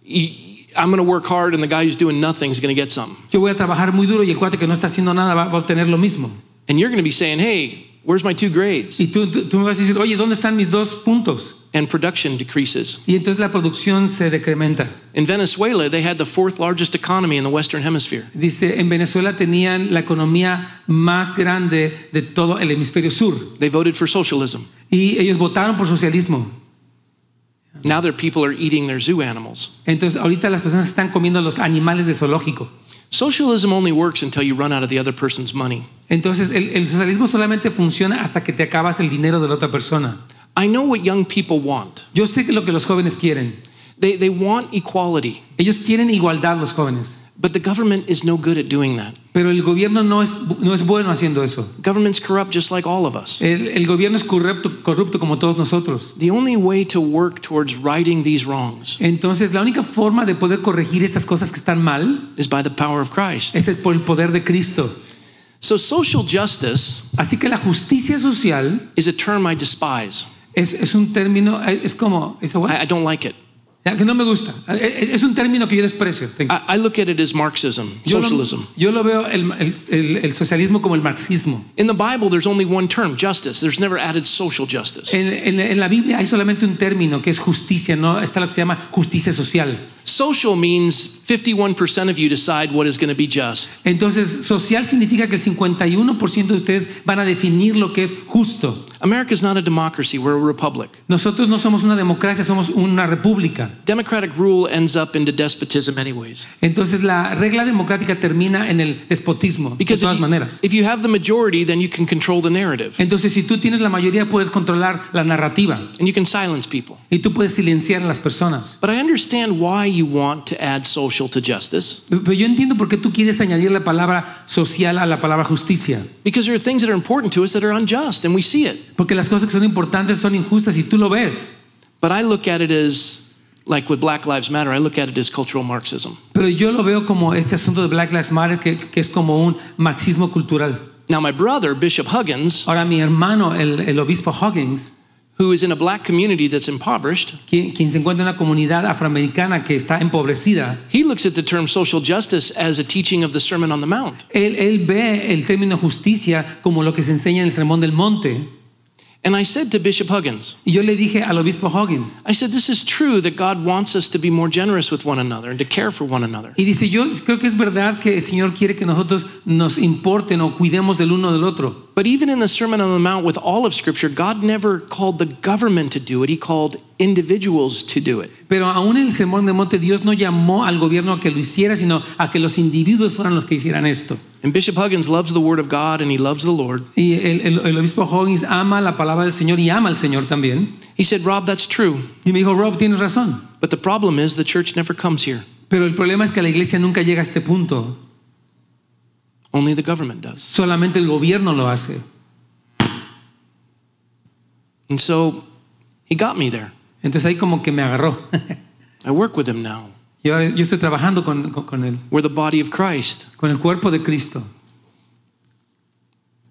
Speaker 3: You- I'm going to work hard, and the guy who's doing nothing is going to get something.
Speaker 2: Yo voy a trabajar muy duro y el cuate que no está haciendo nada va, va a obtener lo mismo.
Speaker 3: And you're going to be saying, "Hey, where's my two grades?"
Speaker 2: Y tú, tú- tú me vas a decir, oye, ¿dónde están mis dos puntos?
Speaker 3: And production decreases.
Speaker 2: Y entonces la producción se decrementa.
Speaker 3: In Venezuela, they had the fourth largest economy in the Western Hemisphere.
Speaker 2: Dice, en Venezuela tenían la economía más grande de todo el hemisferio sur.
Speaker 3: They voted for socialism.
Speaker 2: Y ellos votaron por socialismo.
Speaker 3: Now their people are eating their zoo animals.
Speaker 2: Entonces, ahorita las personas están comiendo los animales de zoológico.
Speaker 3: Socialism only works until you run out of the other person's money.
Speaker 2: Entonces, el, el socialismo solamente funciona hasta que te acabas el dinero de la otra persona.
Speaker 3: I know what young people want.
Speaker 2: Yo sé que lo que los jóvenes quieren.
Speaker 3: They, they want equality.
Speaker 2: Ellos quieren igualdad, los jóvenes.
Speaker 3: But the government is no good at doing that.
Speaker 2: Pero el gobierno no es, no es bueno haciendo eso.
Speaker 3: Government's corrupt just like all of us.
Speaker 2: El, el gobierno es corrupto, corrupto como todos nosotros.
Speaker 3: The only way to work towards righting these wrongs
Speaker 2: Entonces, la única forma de poder corregir estas cosas que están mal
Speaker 3: is by the power of Christ.
Speaker 2: es el- por el poder de Cristo.
Speaker 3: So social justice
Speaker 2: Así que la justicia social
Speaker 3: is a term I despise.
Speaker 2: es, es un término, eh, es como, es
Speaker 3: I, I don't like it.
Speaker 2: que no me gusta. Eh, eh, Es un término que yo desprecio. Thank you.
Speaker 3: I, I look at it as Marxism,
Speaker 2: Yo lo-
Speaker 3: Ah, socialism.
Speaker 2: Yo lo, veo el, el- el- el socialismo como el marxismo.
Speaker 3: In the Bible, there's only one term, justice. There's never added social justice.
Speaker 2: En, en- en la Biblia hay solamente un término que es justicia, no está lo que se llama justicia social.
Speaker 3: Social means 51% of you decide what is going to be just.
Speaker 2: Entonces, social significa que el 51% de ustedes van a definir lo que es justo.
Speaker 3: America's not a democracy, we're a republic.
Speaker 2: Nosotros no somos una democracia, somos una república.
Speaker 3: Democratic rule ends up into despotism, anyways.
Speaker 2: Entonces, la regla democrática termina en el despotismo, de
Speaker 3: Because
Speaker 2: todas
Speaker 3: if you,
Speaker 2: maneras.
Speaker 3: if you have the majority, then you can control the narrative
Speaker 2: Entonces, si tú tienes la mayoría, puedes controlar la narrativa
Speaker 3: and you can silence people.
Speaker 2: y tú puedes silenciar a las personas.
Speaker 3: But I understand why you want to add social to justice,
Speaker 2: Pero yo entiendo por qué tú quieres añadir la palabra social a la palabra justicia.
Speaker 3: because there are things that are important to us that are unjust, and we see it.
Speaker 2: Porque las cosas que son importantes son injustas y tú lo ves.
Speaker 3: But I look at it as, like with Black Lives Matter, I look at it as cultural Marxism.
Speaker 2: Pero yo lo veo como este asunto de Black Lives Matter, que, que es como un marxismo cultural.
Speaker 3: Now, my brother, Bishop Huggins,
Speaker 2: Ahora, mi hermano, el, el obispo Hawkins,
Speaker 3: who is in a black community that's impoverished,
Speaker 2: quien, quien se encuentra en una comunidad afroamericana que está empobrecida,
Speaker 3: he looks at the term social justice as a teaching of the Sermon on the Mount.
Speaker 2: él, él ve el término justicia como lo que se enseña en el Sermón del Monte.
Speaker 3: And I said to Bishop Huggins,
Speaker 2: Y yo le dije al obispo Hawkins,
Speaker 3: I said, this is true that God wants us to be more generous with one another and to care for one another.
Speaker 2: y dice, yo creo que es verdad que el Señor quiere que nosotros nos importen o cuidemos del uno del otro.
Speaker 3: But even in the Sermon on the Mount, with all of Scripture, God never called the government to do it, He called individuals to do it.
Speaker 2: Pero aún en el Sermón del Monte Dios no llamó al gobierno a que lo hiciera, sino a que los individuos fueran los que hicieran esto.
Speaker 3: And Bishop Huggins loves the Word of God and he loves the Lord.
Speaker 2: Y el, el- el obispo Hawkins ama la palabra del Señor y ama al Señor también.
Speaker 3: He said, Rob, that's true,
Speaker 2: Y me dijo, Rob, tienes razón.
Speaker 3: but the problem is the church never comes here,
Speaker 2: Pero el problema es que la iglesia nunca llega a este punto.
Speaker 3: only the government does.
Speaker 2: Solamente el gobierno lo hace.
Speaker 3: And so he got me there.
Speaker 2: Entonces ahí como que me agarró. <laughs>
Speaker 3: I work with him now.
Speaker 2: Y ahora yo estoy trabajando con, con- con el,
Speaker 3: We're the body of Christ.
Speaker 2: con el cuerpo de Cristo.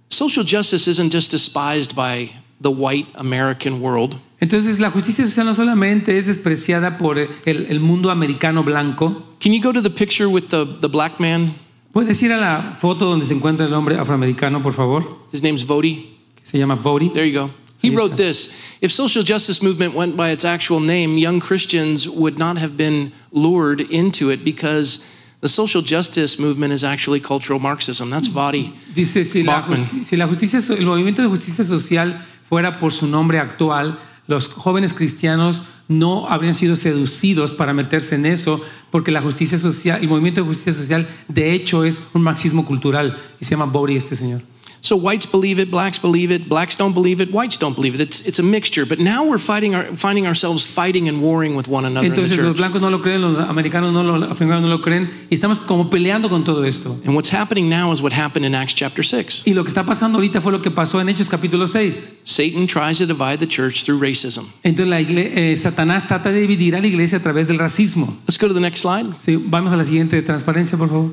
Speaker 3: Social justice isn't just despised by the white American world.
Speaker 2: Entonces la justicia social no solamente es despreciada por el, el mundo americano blanco.
Speaker 3: Can you go to the picture with the, the black man?
Speaker 2: ¿Puedes ir a la foto donde se encuentra el hombre afroamericano, por favor?
Speaker 3: His name's Vodi.
Speaker 2: Que se llama Bodhi.
Speaker 3: There you go. He
Speaker 2: Yes,
Speaker 3: wrote
Speaker 2: sir.
Speaker 3: this If social justice movement went by its actual name, young Christians would not have been lured into it because the social justice movement is actually cultural Marxism. That's
Speaker 2: Mm-hmm.
Speaker 3: Vadi.
Speaker 2: Dice, si la,
Speaker 3: Bachman.
Speaker 2: justi- si la justicia, so- el movimiento de justicia social fuera por su nombre actual, los jóvenes cristianos no habrían sido seducidos para meterse en eso, porque la justicia social, el movimiento de justicia social, de hecho, es un marxismo cultural y se llama Bori este señor.
Speaker 3: So whites believe it, blacks believe it, blacks don't believe it, whites don't believe it. It's, it's a mixture. But now we're fighting our, finding ourselves fighting and warring with one another
Speaker 2: Entonces
Speaker 3: in the
Speaker 2: los
Speaker 3: church.
Speaker 2: blancos no lo creen, los americanos no lo, los africanos no lo creen y estamos como peleando con todo esto.
Speaker 3: and what's happening now is what happened in Acts chapter 6.
Speaker 2: Y lo que está pasando ahorita fue lo que pasó en Hechos capítulo 6.
Speaker 3: Satan tries to divide the church through racism.
Speaker 2: Entonces la igle- eh, Satanás trata de dividir a la iglesia a través del racismo.
Speaker 3: Let's go to the next slide.
Speaker 2: Sí, vamos a la siguiente transparencia, por favor.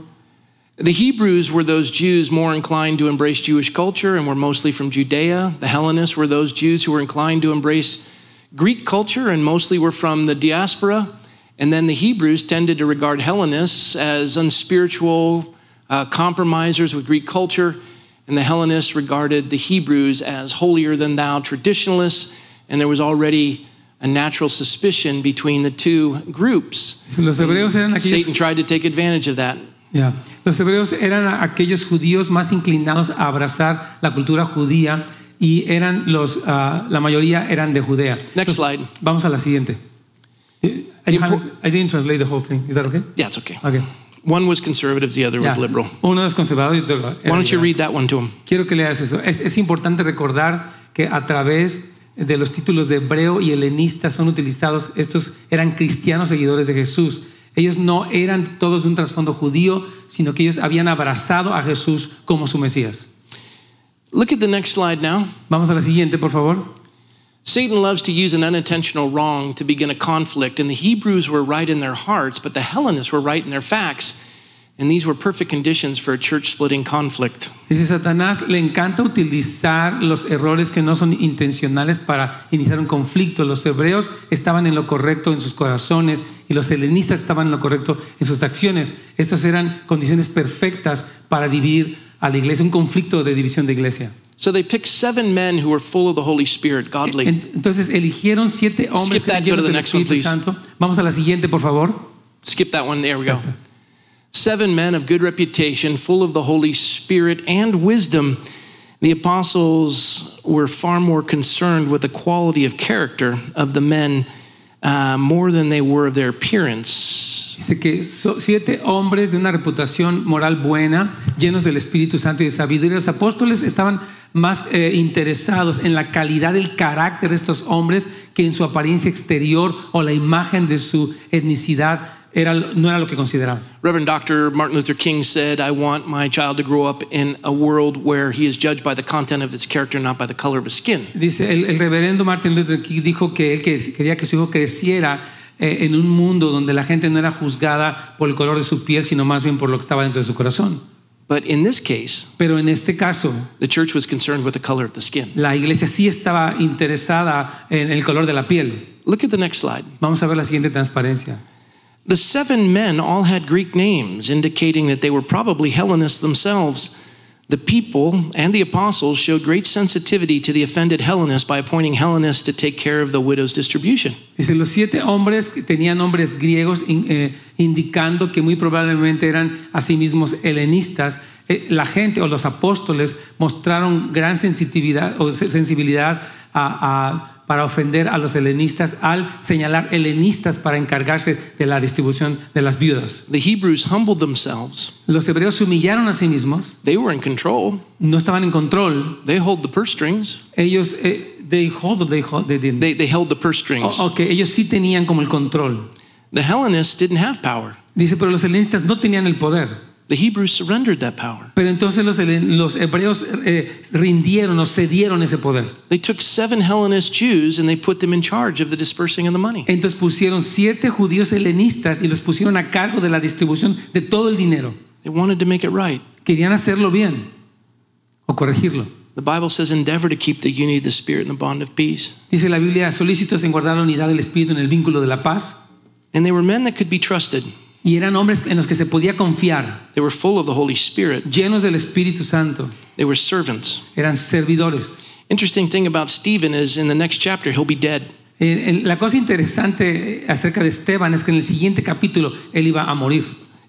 Speaker 3: The Hebrews were those Jews more inclined to embrace Jewish culture and were mostly from Judea. The Hellenists were those Jews who were inclined to embrace Greek culture and mostly were from the diaspora. And then the Hebrews tended to regard Hellenists as unspiritual uh, compromisers with Greek culture. And the Hellenists regarded the Hebrews as holier than thou traditionalists. And there was already a natural suspicion between the two groups.
Speaker 2: Los hebreos eran aquellos,
Speaker 3: Satan tried to take advantage of that
Speaker 2: Ya. los hebreos eran a- aquellos judíos más inclinados a abrazar la cultura judía y eran los ah, la mayoría eran de Judea.
Speaker 3: Next
Speaker 2: Entonces,
Speaker 3: slide.
Speaker 2: Vamos a la siguiente. Eh, I,
Speaker 3: Impo-
Speaker 2: haven't- I didn't translate the whole thing. Is that okay?
Speaker 3: Yeah, it's okay.
Speaker 2: Okay.
Speaker 3: One was conservative, the other was
Speaker 2: Ya.
Speaker 3: liberal.
Speaker 2: Uno es conservador y otro era
Speaker 3: Pues, Why don't you
Speaker 2: liberal.
Speaker 3: read that one to him?
Speaker 2: Quiero que leas eso. Es, es importante recordar que a través de los títulos de hebreo y helenista son utilizados, estos eran cristianos seguidores de Jesús. Ellos no eran todos de un trasfondo judío, sino que ellos habían abrazado a Jesús como su Mesías.
Speaker 3: Look at the next slide now.
Speaker 2: Vamos a la siguiente, por favor.
Speaker 3: Satan loves to use an unintentional wrong to begin a conflict, and the Hebrews were right in their hearts, but the Hellenists were right in their facts, and these were perfect conditions for a church splitting conflict.
Speaker 2: Dice Satanás, le encanta utilizar los errores que no son intencionales para iniciar un conflicto. Los hebreos estaban en lo correcto en sus corazones y los helenistas estaban en lo correcto en sus acciones. Estas eran condiciones perfectas para dividir a la iglesia, un conflicto de división de iglesia.
Speaker 3: So they picked seven men who were full of the Holy Spirit, godly.
Speaker 2: En- Entonces eligieron siete hombres que
Speaker 3: Skip that,
Speaker 2: eran
Speaker 3: go
Speaker 2: llenos
Speaker 3: to the
Speaker 2: del
Speaker 3: next one,
Speaker 2: Espíritu
Speaker 3: please.
Speaker 2: Santo. Vamos a la siguiente, por favor.
Speaker 3: Skip that one. There we go. Seven men of good reputation, full of the Holy Spirit and wisdom. The apostles were far more concerned with the quality of character of the men uh, more than they were of their appearance.
Speaker 2: Dice que so- siete hombres de una reputación moral buena, llenos del Espíritu Santo y de sabiduría. Los apóstoles estaban más eh, interesados en la calidad del carácter de estos hombres que en su apariencia exterior o la imagen de su etnicidad era, no era lo que consideraban.
Speaker 3: Reverend Dr. Martin Luther King said, I want my child to grow up in a world where he is judged by the content of his character, not by the color of his skin.
Speaker 2: Dice el, el reverendo Martin Luther King dijo que él que- quería que su hijo creciera eh, en un mundo donde la gente no era juzgada por el color de su piel, sino más bien por lo que estaba dentro de su corazón.
Speaker 3: But in this case,
Speaker 2: Pero en este caso,
Speaker 3: the church was concerned with the color of the skin.
Speaker 2: la iglesia sí estaba interesada en el color de la piel.
Speaker 3: Look at the next slide.
Speaker 2: Vamos a ver la siguiente transparencia.
Speaker 3: The seven men all had Greek names, indicating that they were probably Hellenists themselves. The people and the apostles showed great sensitivity to the offended Hellenists by appointing Hellenists to take care of the widow's distribution.
Speaker 2: Dice, los siete hombres que tenían nombres griegos in- eh, indicando que muy probablemente eran a sí mismos helenistas. Eh, la gente o los apóstoles mostraron gran sensitividad o se- sensibilidad a- a- para ofender a los helenistas al señalar helenistas para encargarse de la distribución de las viudas.
Speaker 3: The Hebrews humbled themselves.
Speaker 2: Los hebreos se humillaron a sí mismos,
Speaker 3: They were in control.
Speaker 2: no estaban en control,
Speaker 3: They hold the purse strings.
Speaker 2: ellos eh, they hold or they hold- they didn't.
Speaker 3: They, they held the purse strings.
Speaker 2: O- ok, ellos sí tenían como el control.
Speaker 3: The Hellenists didn't have power.
Speaker 2: Dice, pero los helenistas no tenían el poder.
Speaker 3: The Hebrews surrendered that power.
Speaker 2: Pero entonces los, helen- los hebreos eh, rindieron o cedieron ese poder.
Speaker 3: They took seven Hellenist Jews and they put them in charge of the dispersing of the money.
Speaker 2: Entonces pusieron siete judíos helenistas y los pusieron a cargo de la distribución de todo el dinero.
Speaker 3: They wanted to make it right.
Speaker 2: Querían hacerlo bien o corregirlo.
Speaker 3: The Bible says, endeavor to keep the unity of the Spirit and the bond of peace.
Speaker 2: Dice la Biblia, solícitos en guardar la unidad del espíritu en el vínculo de la paz.
Speaker 3: And they were men that could be trusted.
Speaker 2: Y eran hombres en los que se podía confiar,
Speaker 3: They were full of the Holy Spirit.
Speaker 2: llenos del Espíritu Santo.
Speaker 3: They were servants.
Speaker 2: Eran servidores.
Speaker 3: Interesting thing about Stephen is in the next chapter, he'll be dead.
Speaker 2: Eh, en- la cosa interesante eh, acerca de Esteban es que en el siguiente capítulo él iba a morir.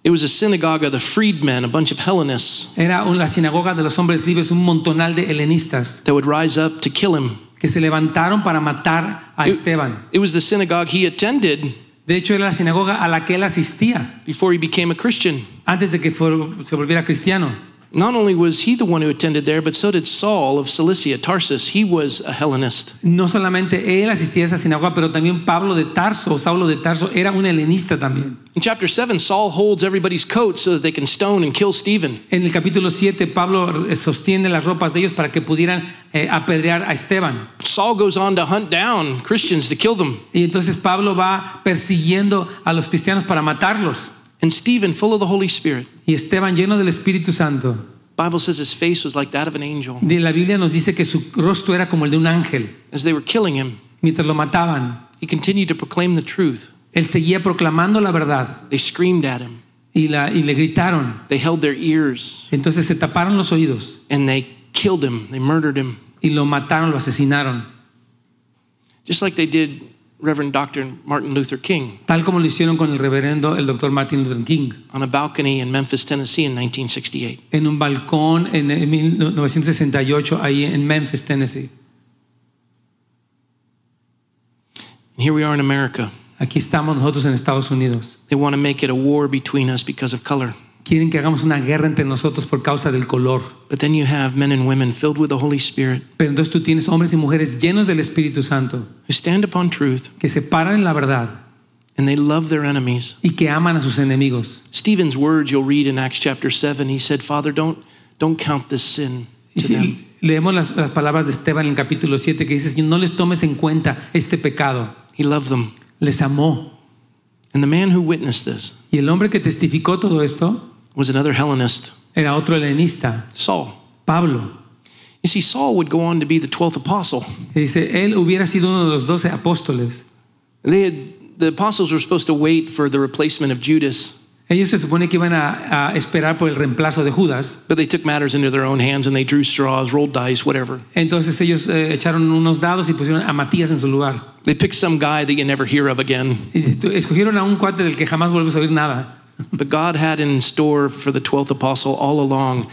Speaker 3: It was a synagogue of the freedmen, a bunch of Hellenists,
Speaker 2: Era un- la sinagoga de los hombres libres, un montonal de helenistas
Speaker 3: that would rise up to kill him.
Speaker 2: que se levantaron para matar a Esteban.
Speaker 3: It was the synagogue he attended
Speaker 2: De hecho, era la sinagoga a la que él asistía
Speaker 3: before he became a Christian.
Speaker 2: antes de que fuera- se volviera cristiano.
Speaker 3: Not only was he the one who attended there, but so did Saul of Cilicia, Tarsus. He was a Hellenist.
Speaker 2: No solamente él asistía a esa sinagoga, pero también Pablo de Tarso, Saulo de Tarso, era un helenista también.
Speaker 3: In chapter 7, Saul holds everybody's coat so that they can stone and kill Stephen.
Speaker 2: En el capítulo 7, Pablo eh, sostiene las ropas de ellos para que pudieran eh, apedrear a Esteban.
Speaker 3: Saul goes on to hunt down Christians to kill them.
Speaker 2: Y entonces Pablo va persiguiendo a los cristianos para matarlos.
Speaker 3: And Stephen, full of the Holy Spirit,
Speaker 2: Y Esteban, lleno del Espíritu Santo,
Speaker 3: Bible says his face was like that of an angel.
Speaker 2: de la Biblia nos dice que su rostro era como el de un ángel.
Speaker 3: As they were killing him,
Speaker 2: Mientras lo mataban,
Speaker 3: he continued to proclaim the truth.
Speaker 2: él seguía proclamando la verdad
Speaker 3: They screamed at him.
Speaker 2: y, la- y le gritaron.
Speaker 3: They held their ears
Speaker 2: Entonces se taparon los oídos
Speaker 3: and they killed him. They murdered him,
Speaker 2: y lo mataron, lo asesinaron,
Speaker 3: just like they did Reverend Dr. Martin Luther King
Speaker 2: tal como lo hicieron con el reverendo el doctor Martin Luther King
Speaker 3: on a balcony in Memphis, Tennessee in 1968.
Speaker 2: en un balcón en, en 1968 ahí en Memphis, Tennessee.
Speaker 3: And here we are in America.
Speaker 2: Aquí estamos nosotros en Estados Unidos.
Speaker 3: They want to make it a war between us because of color.
Speaker 2: Quieren que hagamos una guerra entre nosotros por causa del color.
Speaker 3: But then you have men and women filled with the Holy Spirit
Speaker 2: Pero entonces tú tienes hombres y mujeres llenos del Espíritu Santo
Speaker 3: who stand upon truth
Speaker 2: que se paran en la verdad
Speaker 3: and they love their enemies.
Speaker 2: y que aman a sus enemigos.
Speaker 3: Stephen's words you'll read in Acts chapter 7, he said, Father, don't, don't count this sin
Speaker 2: Y
Speaker 3: to them.
Speaker 2: si leemos las, las palabras de Esteban en el capítulo 7 que dice, "Señor, no les tomes en cuenta este pecado.
Speaker 3: He loved them.
Speaker 2: Les amó.
Speaker 3: And the man who witnessed this
Speaker 2: Y el hombre que testificó todo esto
Speaker 3: was another Hellenist,
Speaker 2: era otro helenista,
Speaker 3: Saul.
Speaker 2: Pablo.
Speaker 3: You see, Saul would go on to be the 12th apostle.
Speaker 2: Y dice, él hubiera sido uno de los doce apóstoles.
Speaker 3: They had, the apostles were supposed to wait for the replacement of Judas,
Speaker 2: Ellos se supone que iban a, a esperar por el reemplazo de Judas.
Speaker 3: but they took matters into their own hands and they drew straws, rolled dice, whatever.
Speaker 2: Entonces ellos eh, echaron unos dados y pusieron a Matías en su lugar.
Speaker 3: They picked some guy that you never hear of <laughs> again.
Speaker 2: Y dice, "Tú- escogieron a un cuate del que jamás vuelves a oír nada.
Speaker 3: But God had in store for the 12th apostle all along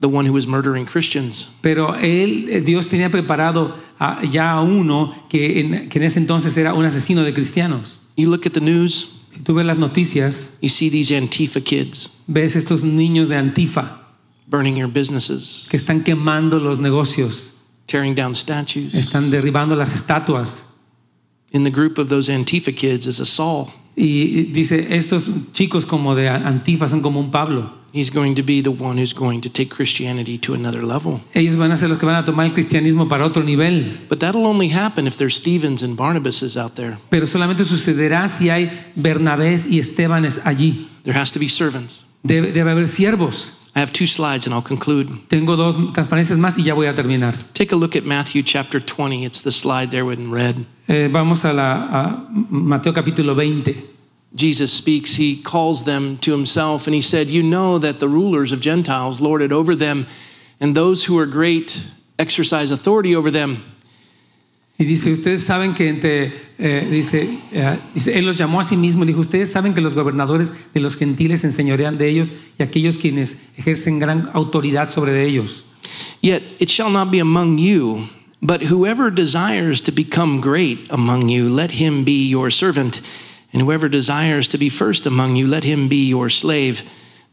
Speaker 3: the one who was murdering Christians.
Speaker 2: Pero él, eh, Dios tenía preparado a- ya a uno que en, que en ese entonces era un asesino de cristianos.
Speaker 3: You look at the news,
Speaker 2: Si tú ves las noticias,
Speaker 3: you see these Antifa kids
Speaker 2: ves estos niños de Antifa
Speaker 3: burning your businesses,
Speaker 2: que están quemando los negocios,
Speaker 3: tearing down statues.
Speaker 2: están derribando las estatuas.
Speaker 3: In the group of those Antifa kids is a Saul.
Speaker 2: Y dice, estos chicos como de Antifa son como un Pablo.
Speaker 3: He's going to be the one who's going to take Christianity to another level.
Speaker 2: Ellos van a ser los que van a tomar el cristianismo para otro nivel.
Speaker 3: But that'll only happen if there's Stevens and Barnabases out there.
Speaker 2: Pero solamente sucederá si hay Bernabés y Estebanes allí.
Speaker 3: There has to be servants.
Speaker 2: Debe, debe haber siervos.
Speaker 3: I have two slides and I'll conclude.
Speaker 2: Tengo dos transparencias más y ya voy a terminar.
Speaker 3: Take a look at Matthew chapter 20. It's the slide there in red.
Speaker 2: Eh, vamos a, la, a Mateo capítulo 20.
Speaker 3: Jesus speaks, he calls them to himself, and he said, You know that the rulers of Gentiles lord it over them, and those who are great exercise authority over them.
Speaker 2: Y dice, ustedes saben que entre, eh, dice, eh, dice, él los llamó a sí mismo y dijo, ustedes saben que los gobernadores de los gentiles enseñorean de ellos y aquellos quienes ejercen gran autoridad sobre de ellos.
Speaker 3: Yet it shall not be among you, but whoever desires to become great among you, let him be your servant. And whoever desires to be first among you, let him be your slave,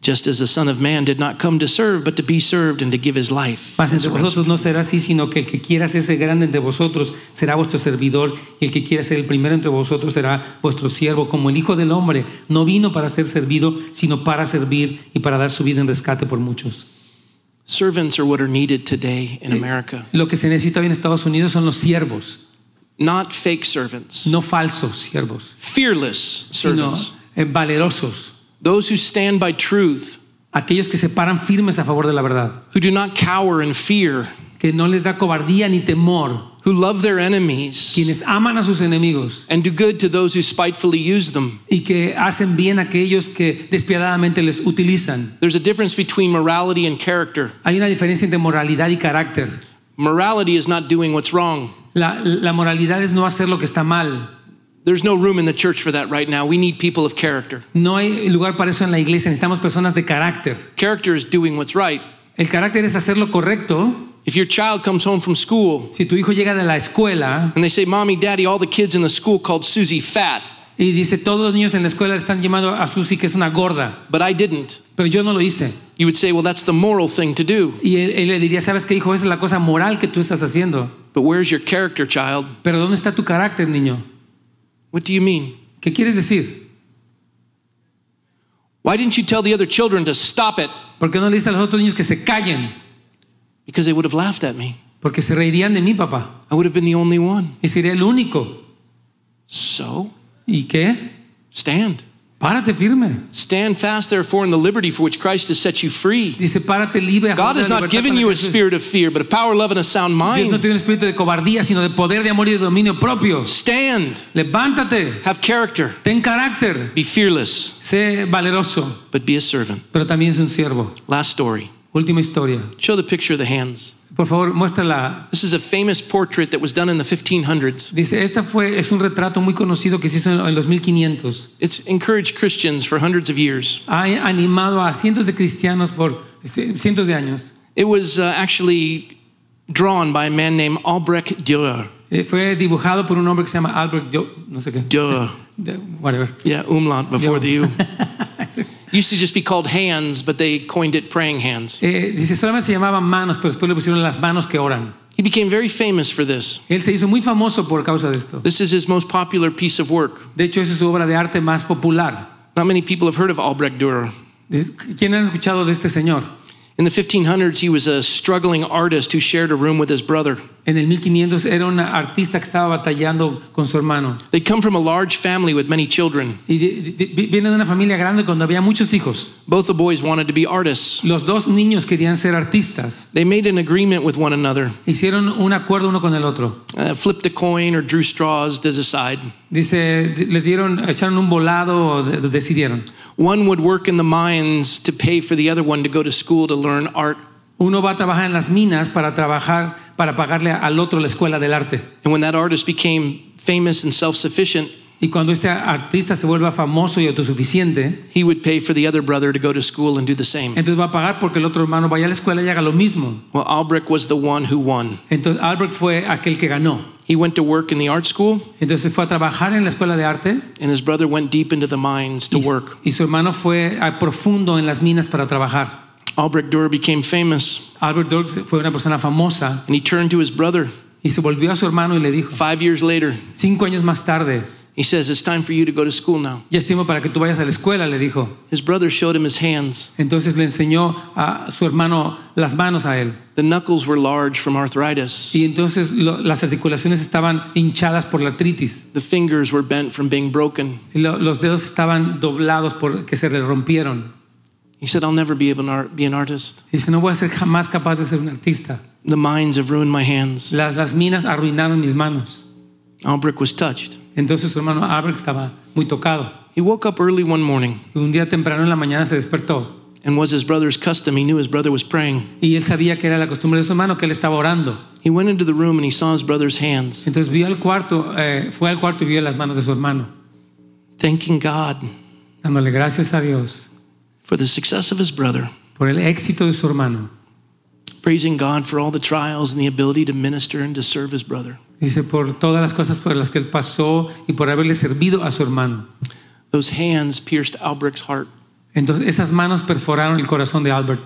Speaker 3: just as the Son of Man did not come to serve, but to be served and to give his life.
Speaker 2: Mas entre vosotros no será así, sino que el que quiera hacerse grande entre vosotros será vuestro servidor, y el que quiera ser el primero entre vosotros será vuestro siervo, como el Hijo del Hombre no vino para ser servido, sino para servir y para dar su vida en rescate por muchos.
Speaker 3: Servants are what are needed today
Speaker 2: Eh,
Speaker 3: in America,
Speaker 2: Lo que se necesita hoy en Estados Unidos son los siervos,
Speaker 3: not fake servants,
Speaker 2: no falsos siervos,
Speaker 3: fearless
Speaker 2: sino
Speaker 3: servants,
Speaker 2: eh, valerosos,
Speaker 3: those who stand by truth,
Speaker 2: aquellos que se paran firmes a favor de la verdad,
Speaker 3: who do not cower in fear,
Speaker 2: que no les da cobardía ni temor,
Speaker 3: who love their enemies,
Speaker 2: quienes aman a sus enemigos
Speaker 3: and do good to those who spitefully use them.
Speaker 2: y que hacen bien a aquellos que despiadadamente les utilizan.
Speaker 3: There's a difference between morality and character.
Speaker 2: Hay una diferencia entre moralidad y carácter.
Speaker 3: Morality is not doing what's wrong.
Speaker 2: La, la moralidad es no hacer lo que está mal.
Speaker 3: There's no room in the church for that right now. We need people of character.
Speaker 2: No hay lugar para eso en la iglesia. Necesitamos personas de carácter.
Speaker 3: Character is doing what's right.
Speaker 2: El carácter es hacer lo correcto.
Speaker 3: If your child comes home from school
Speaker 2: Si tu hijo llega de la escuela
Speaker 3: and they say, Mommy, Daddy, all the kids in the school called Susie fat,
Speaker 2: y dice todos los niños en la escuela están llamando a Susi que es una gorda,
Speaker 3: but I didn't,
Speaker 2: pero yo no lo hice.
Speaker 3: you would say, Well, that's the moral thing to do.
Speaker 2: Y él, él le diría, ¿sabes qué hijo? Esa es la cosa moral que tú estás haciendo.
Speaker 3: But where's your character, child?
Speaker 2: Pero ¿dónde está tu carácter, niño?
Speaker 3: What do you mean?
Speaker 2: ¿Qué quieres decir?
Speaker 3: Why didn't you tell the other children to stop it?
Speaker 2: ¿Por qué no le dices a los otros niños que se callen?
Speaker 3: Because they would have laughed at me.
Speaker 2: Porque se reirían de mí, papá.
Speaker 3: I would have been the only one.
Speaker 2: Y sería el único.
Speaker 3: So,
Speaker 2: ¿Y qué?
Speaker 3: stand.
Speaker 2: Párate firme.
Speaker 3: Stand fast, therefore, in the liberty for which Christ has set you free.
Speaker 2: Dice, párate libre. a favor
Speaker 3: God
Speaker 2: de
Speaker 3: has
Speaker 2: la
Speaker 3: not
Speaker 2: libertad
Speaker 3: given
Speaker 2: para
Speaker 3: you
Speaker 2: que
Speaker 3: a
Speaker 2: seas-
Speaker 3: spirit of fear, but of power, love, and a sound
Speaker 2: Dios no
Speaker 3: mind.
Speaker 2: tiene un espíritu de cobardía, sino de poder, de amor y de dominio propio.
Speaker 3: Stand,
Speaker 2: Levántate,
Speaker 3: have character,
Speaker 2: ten carácter,
Speaker 3: be fearless,
Speaker 2: sé valeroso,
Speaker 3: but be a servant.
Speaker 2: pero también es un siervo.
Speaker 3: Last story.
Speaker 2: Última historia.
Speaker 3: Show the picture of the hands.
Speaker 2: Por favor, muéstrala.
Speaker 3: This is a famous portrait that was done in the 1500s.
Speaker 2: Dice, esta fue, es un retrato muy conocido que se hizo en, en los 1500.
Speaker 3: It's encouraged Christians for hundreds of years.
Speaker 2: Ha animado a cientos de cristianos por c- cientos de años.
Speaker 3: It was uh, actually drawn by a man named Albrecht Dürer.
Speaker 2: Eh, fue dibujado por un hombre que se llama Albert, yo, no sé qué,
Speaker 3: Dürer.
Speaker 2: de- whatever.
Speaker 3: Yeah, umlaut before the U. used to just be called hands, but they coined it praying hands.
Speaker 2: <laughs> Eh, dice, solamente se llamaban manos, pero después le pusieron las manos que oran.
Speaker 3: He became very famous for this.
Speaker 2: Él se hizo muy famoso por causa de esto.
Speaker 3: This is his most popular piece of work.
Speaker 2: De hecho, esa es su obra de arte más popular.
Speaker 3: Not many people have heard of Albrecht Dürer.
Speaker 2: Es- ¿Quién han escuchado de este señor?
Speaker 3: In the 1500s, he was a struggling artist who shared a room with his brother.
Speaker 2: En el 1500 era un artista que estaba batallando con su hermano.
Speaker 3: They'd come from a large family with many children.
Speaker 2: Y de- de- vi- viene de una familia grande cuando había muchos hijos.
Speaker 3: Both the boys wanted to be artists.
Speaker 2: Los dos niños querían ser artistas.
Speaker 3: They made an agreement with one another,
Speaker 2: Hicieron un acuerdo uno con el otro.
Speaker 3: uh, flipped a coin or drew straws to decide.
Speaker 2: Dice, di- le dieron, echaron un volado, o de- decidieron.
Speaker 3: One would work in the mines to pay for the other one to go to school to learn art.
Speaker 2: Uno va a trabajar en las minas para trabajar, para pagarle al otro la escuela del arte.
Speaker 3: And when that artist became famous and self sufficient,
Speaker 2: Y cuando este artista se vuelva famoso y autosuficiente,
Speaker 3: he would pay for the other brother to go to school and do the same.
Speaker 2: entonces va a pagar porque el otro hermano vaya a la escuela y haga lo mismo.
Speaker 3: Well, Albrecht was the one who won.
Speaker 2: Entonces Albert fue aquel que ganó.
Speaker 3: He went to work in the art school,
Speaker 2: Entonces fue a trabajar en la escuela de arte
Speaker 3: and his brother went deep into the mines to
Speaker 2: y,
Speaker 3: work.
Speaker 2: y su hermano fue a profundo en las minas para trabajar.
Speaker 3: Albrecht Dürer became famous,
Speaker 2: Albert Douglas fue una persona famosa
Speaker 3: and he turned to his brother
Speaker 2: y se volvió a su hermano y le dijo,
Speaker 3: five years later.
Speaker 2: cinco años más tarde,
Speaker 3: He says, It's time for you to go to school now.
Speaker 2: ya es tiempo para que tú vayas a la escuela, le dijo.
Speaker 3: His brother showed him his hands.
Speaker 2: Entonces le enseñó a su hermano las manos a él.
Speaker 3: The knuckles were large from arthritis,
Speaker 2: Y entonces lo- las articulaciones estaban hinchadas por la artritis.
Speaker 3: the fingers were bent from being broken.
Speaker 2: Y lo- los dedos estaban doblados porque se le rompieron.
Speaker 3: He said, I'll never be able to art- be an artist.
Speaker 2: Y dice, no voy a ser jamás capaz de ser un artista.
Speaker 3: The mines have ruined my hands.
Speaker 2: Las, las minas arruinaron mis manos.
Speaker 3: Albrecht was touched.
Speaker 2: Entonces su hermano Albert estaba muy tocado.
Speaker 3: He woke up early one morning,
Speaker 2: Y un día temprano en la mañana se despertó.
Speaker 3: and was his brother's custom, he knew his brother was praying.
Speaker 2: Y él sabía que era la costumbre de su hermano, que él estaba orando.
Speaker 3: He went into the room and he saw his brother's hands,
Speaker 2: Entonces vio al cuarto, eh, fue al cuarto y vio las manos de su hermano,
Speaker 3: thanking God
Speaker 2: dándole gracias a Dios
Speaker 3: for the success of his brother,
Speaker 2: por el éxito de su hermano.
Speaker 3: praising God for all the trials and the ability to minister and to serve his brother.
Speaker 2: Dice, por todas las cosas por las que él pasó y por haberle servido a su hermano.
Speaker 3: Those hands pierced Albrecht's heart
Speaker 2: Entonces esas manos perforaron el corazón de Albert,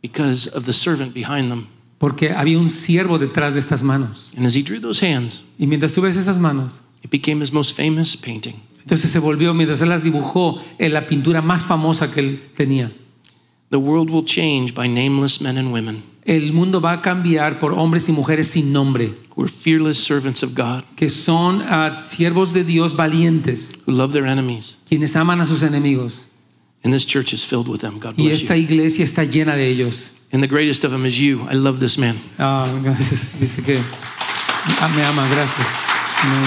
Speaker 3: because of the servant behind them.
Speaker 2: porque había un siervo detrás de estas manos.
Speaker 3: And as he drew those hands,
Speaker 2: Y mientras tú ves esas manos,
Speaker 3: it became his most famous painting.
Speaker 2: entonces se volvió, mientras él las dibujó, en la pintura más famosa que él tenía.
Speaker 3: The world will change by nameless men and women
Speaker 2: El mundo va a cambiar por hombres y mujeres sin nombre,
Speaker 3: who are fearless servants of God,
Speaker 2: que son ah, siervos de Dios valientes,
Speaker 3: who love their enemies.
Speaker 2: quienes aman a sus enemigos.
Speaker 3: And this church is filled with them. God
Speaker 2: Y
Speaker 3: bless
Speaker 2: esta
Speaker 3: you.
Speaker 2: iglesia está llena de ellos.
Speaker 3: And the greatest of them is you. I love this man.
Speaker 2: Ah, gracias. <laughs> Dice que ah, me ama, gracias. Amén.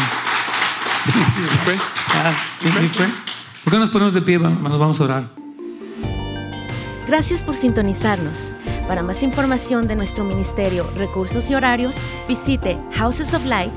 Speaker 2: Ah, ¿me- me fue? ¿Por qué nos ponemos de pie? Nos vamos a orar.
Speaker 1: Gracias por sintonizarnos. Para más información de nuestro ministerio, recursos y horarios, visite housesoflight.org.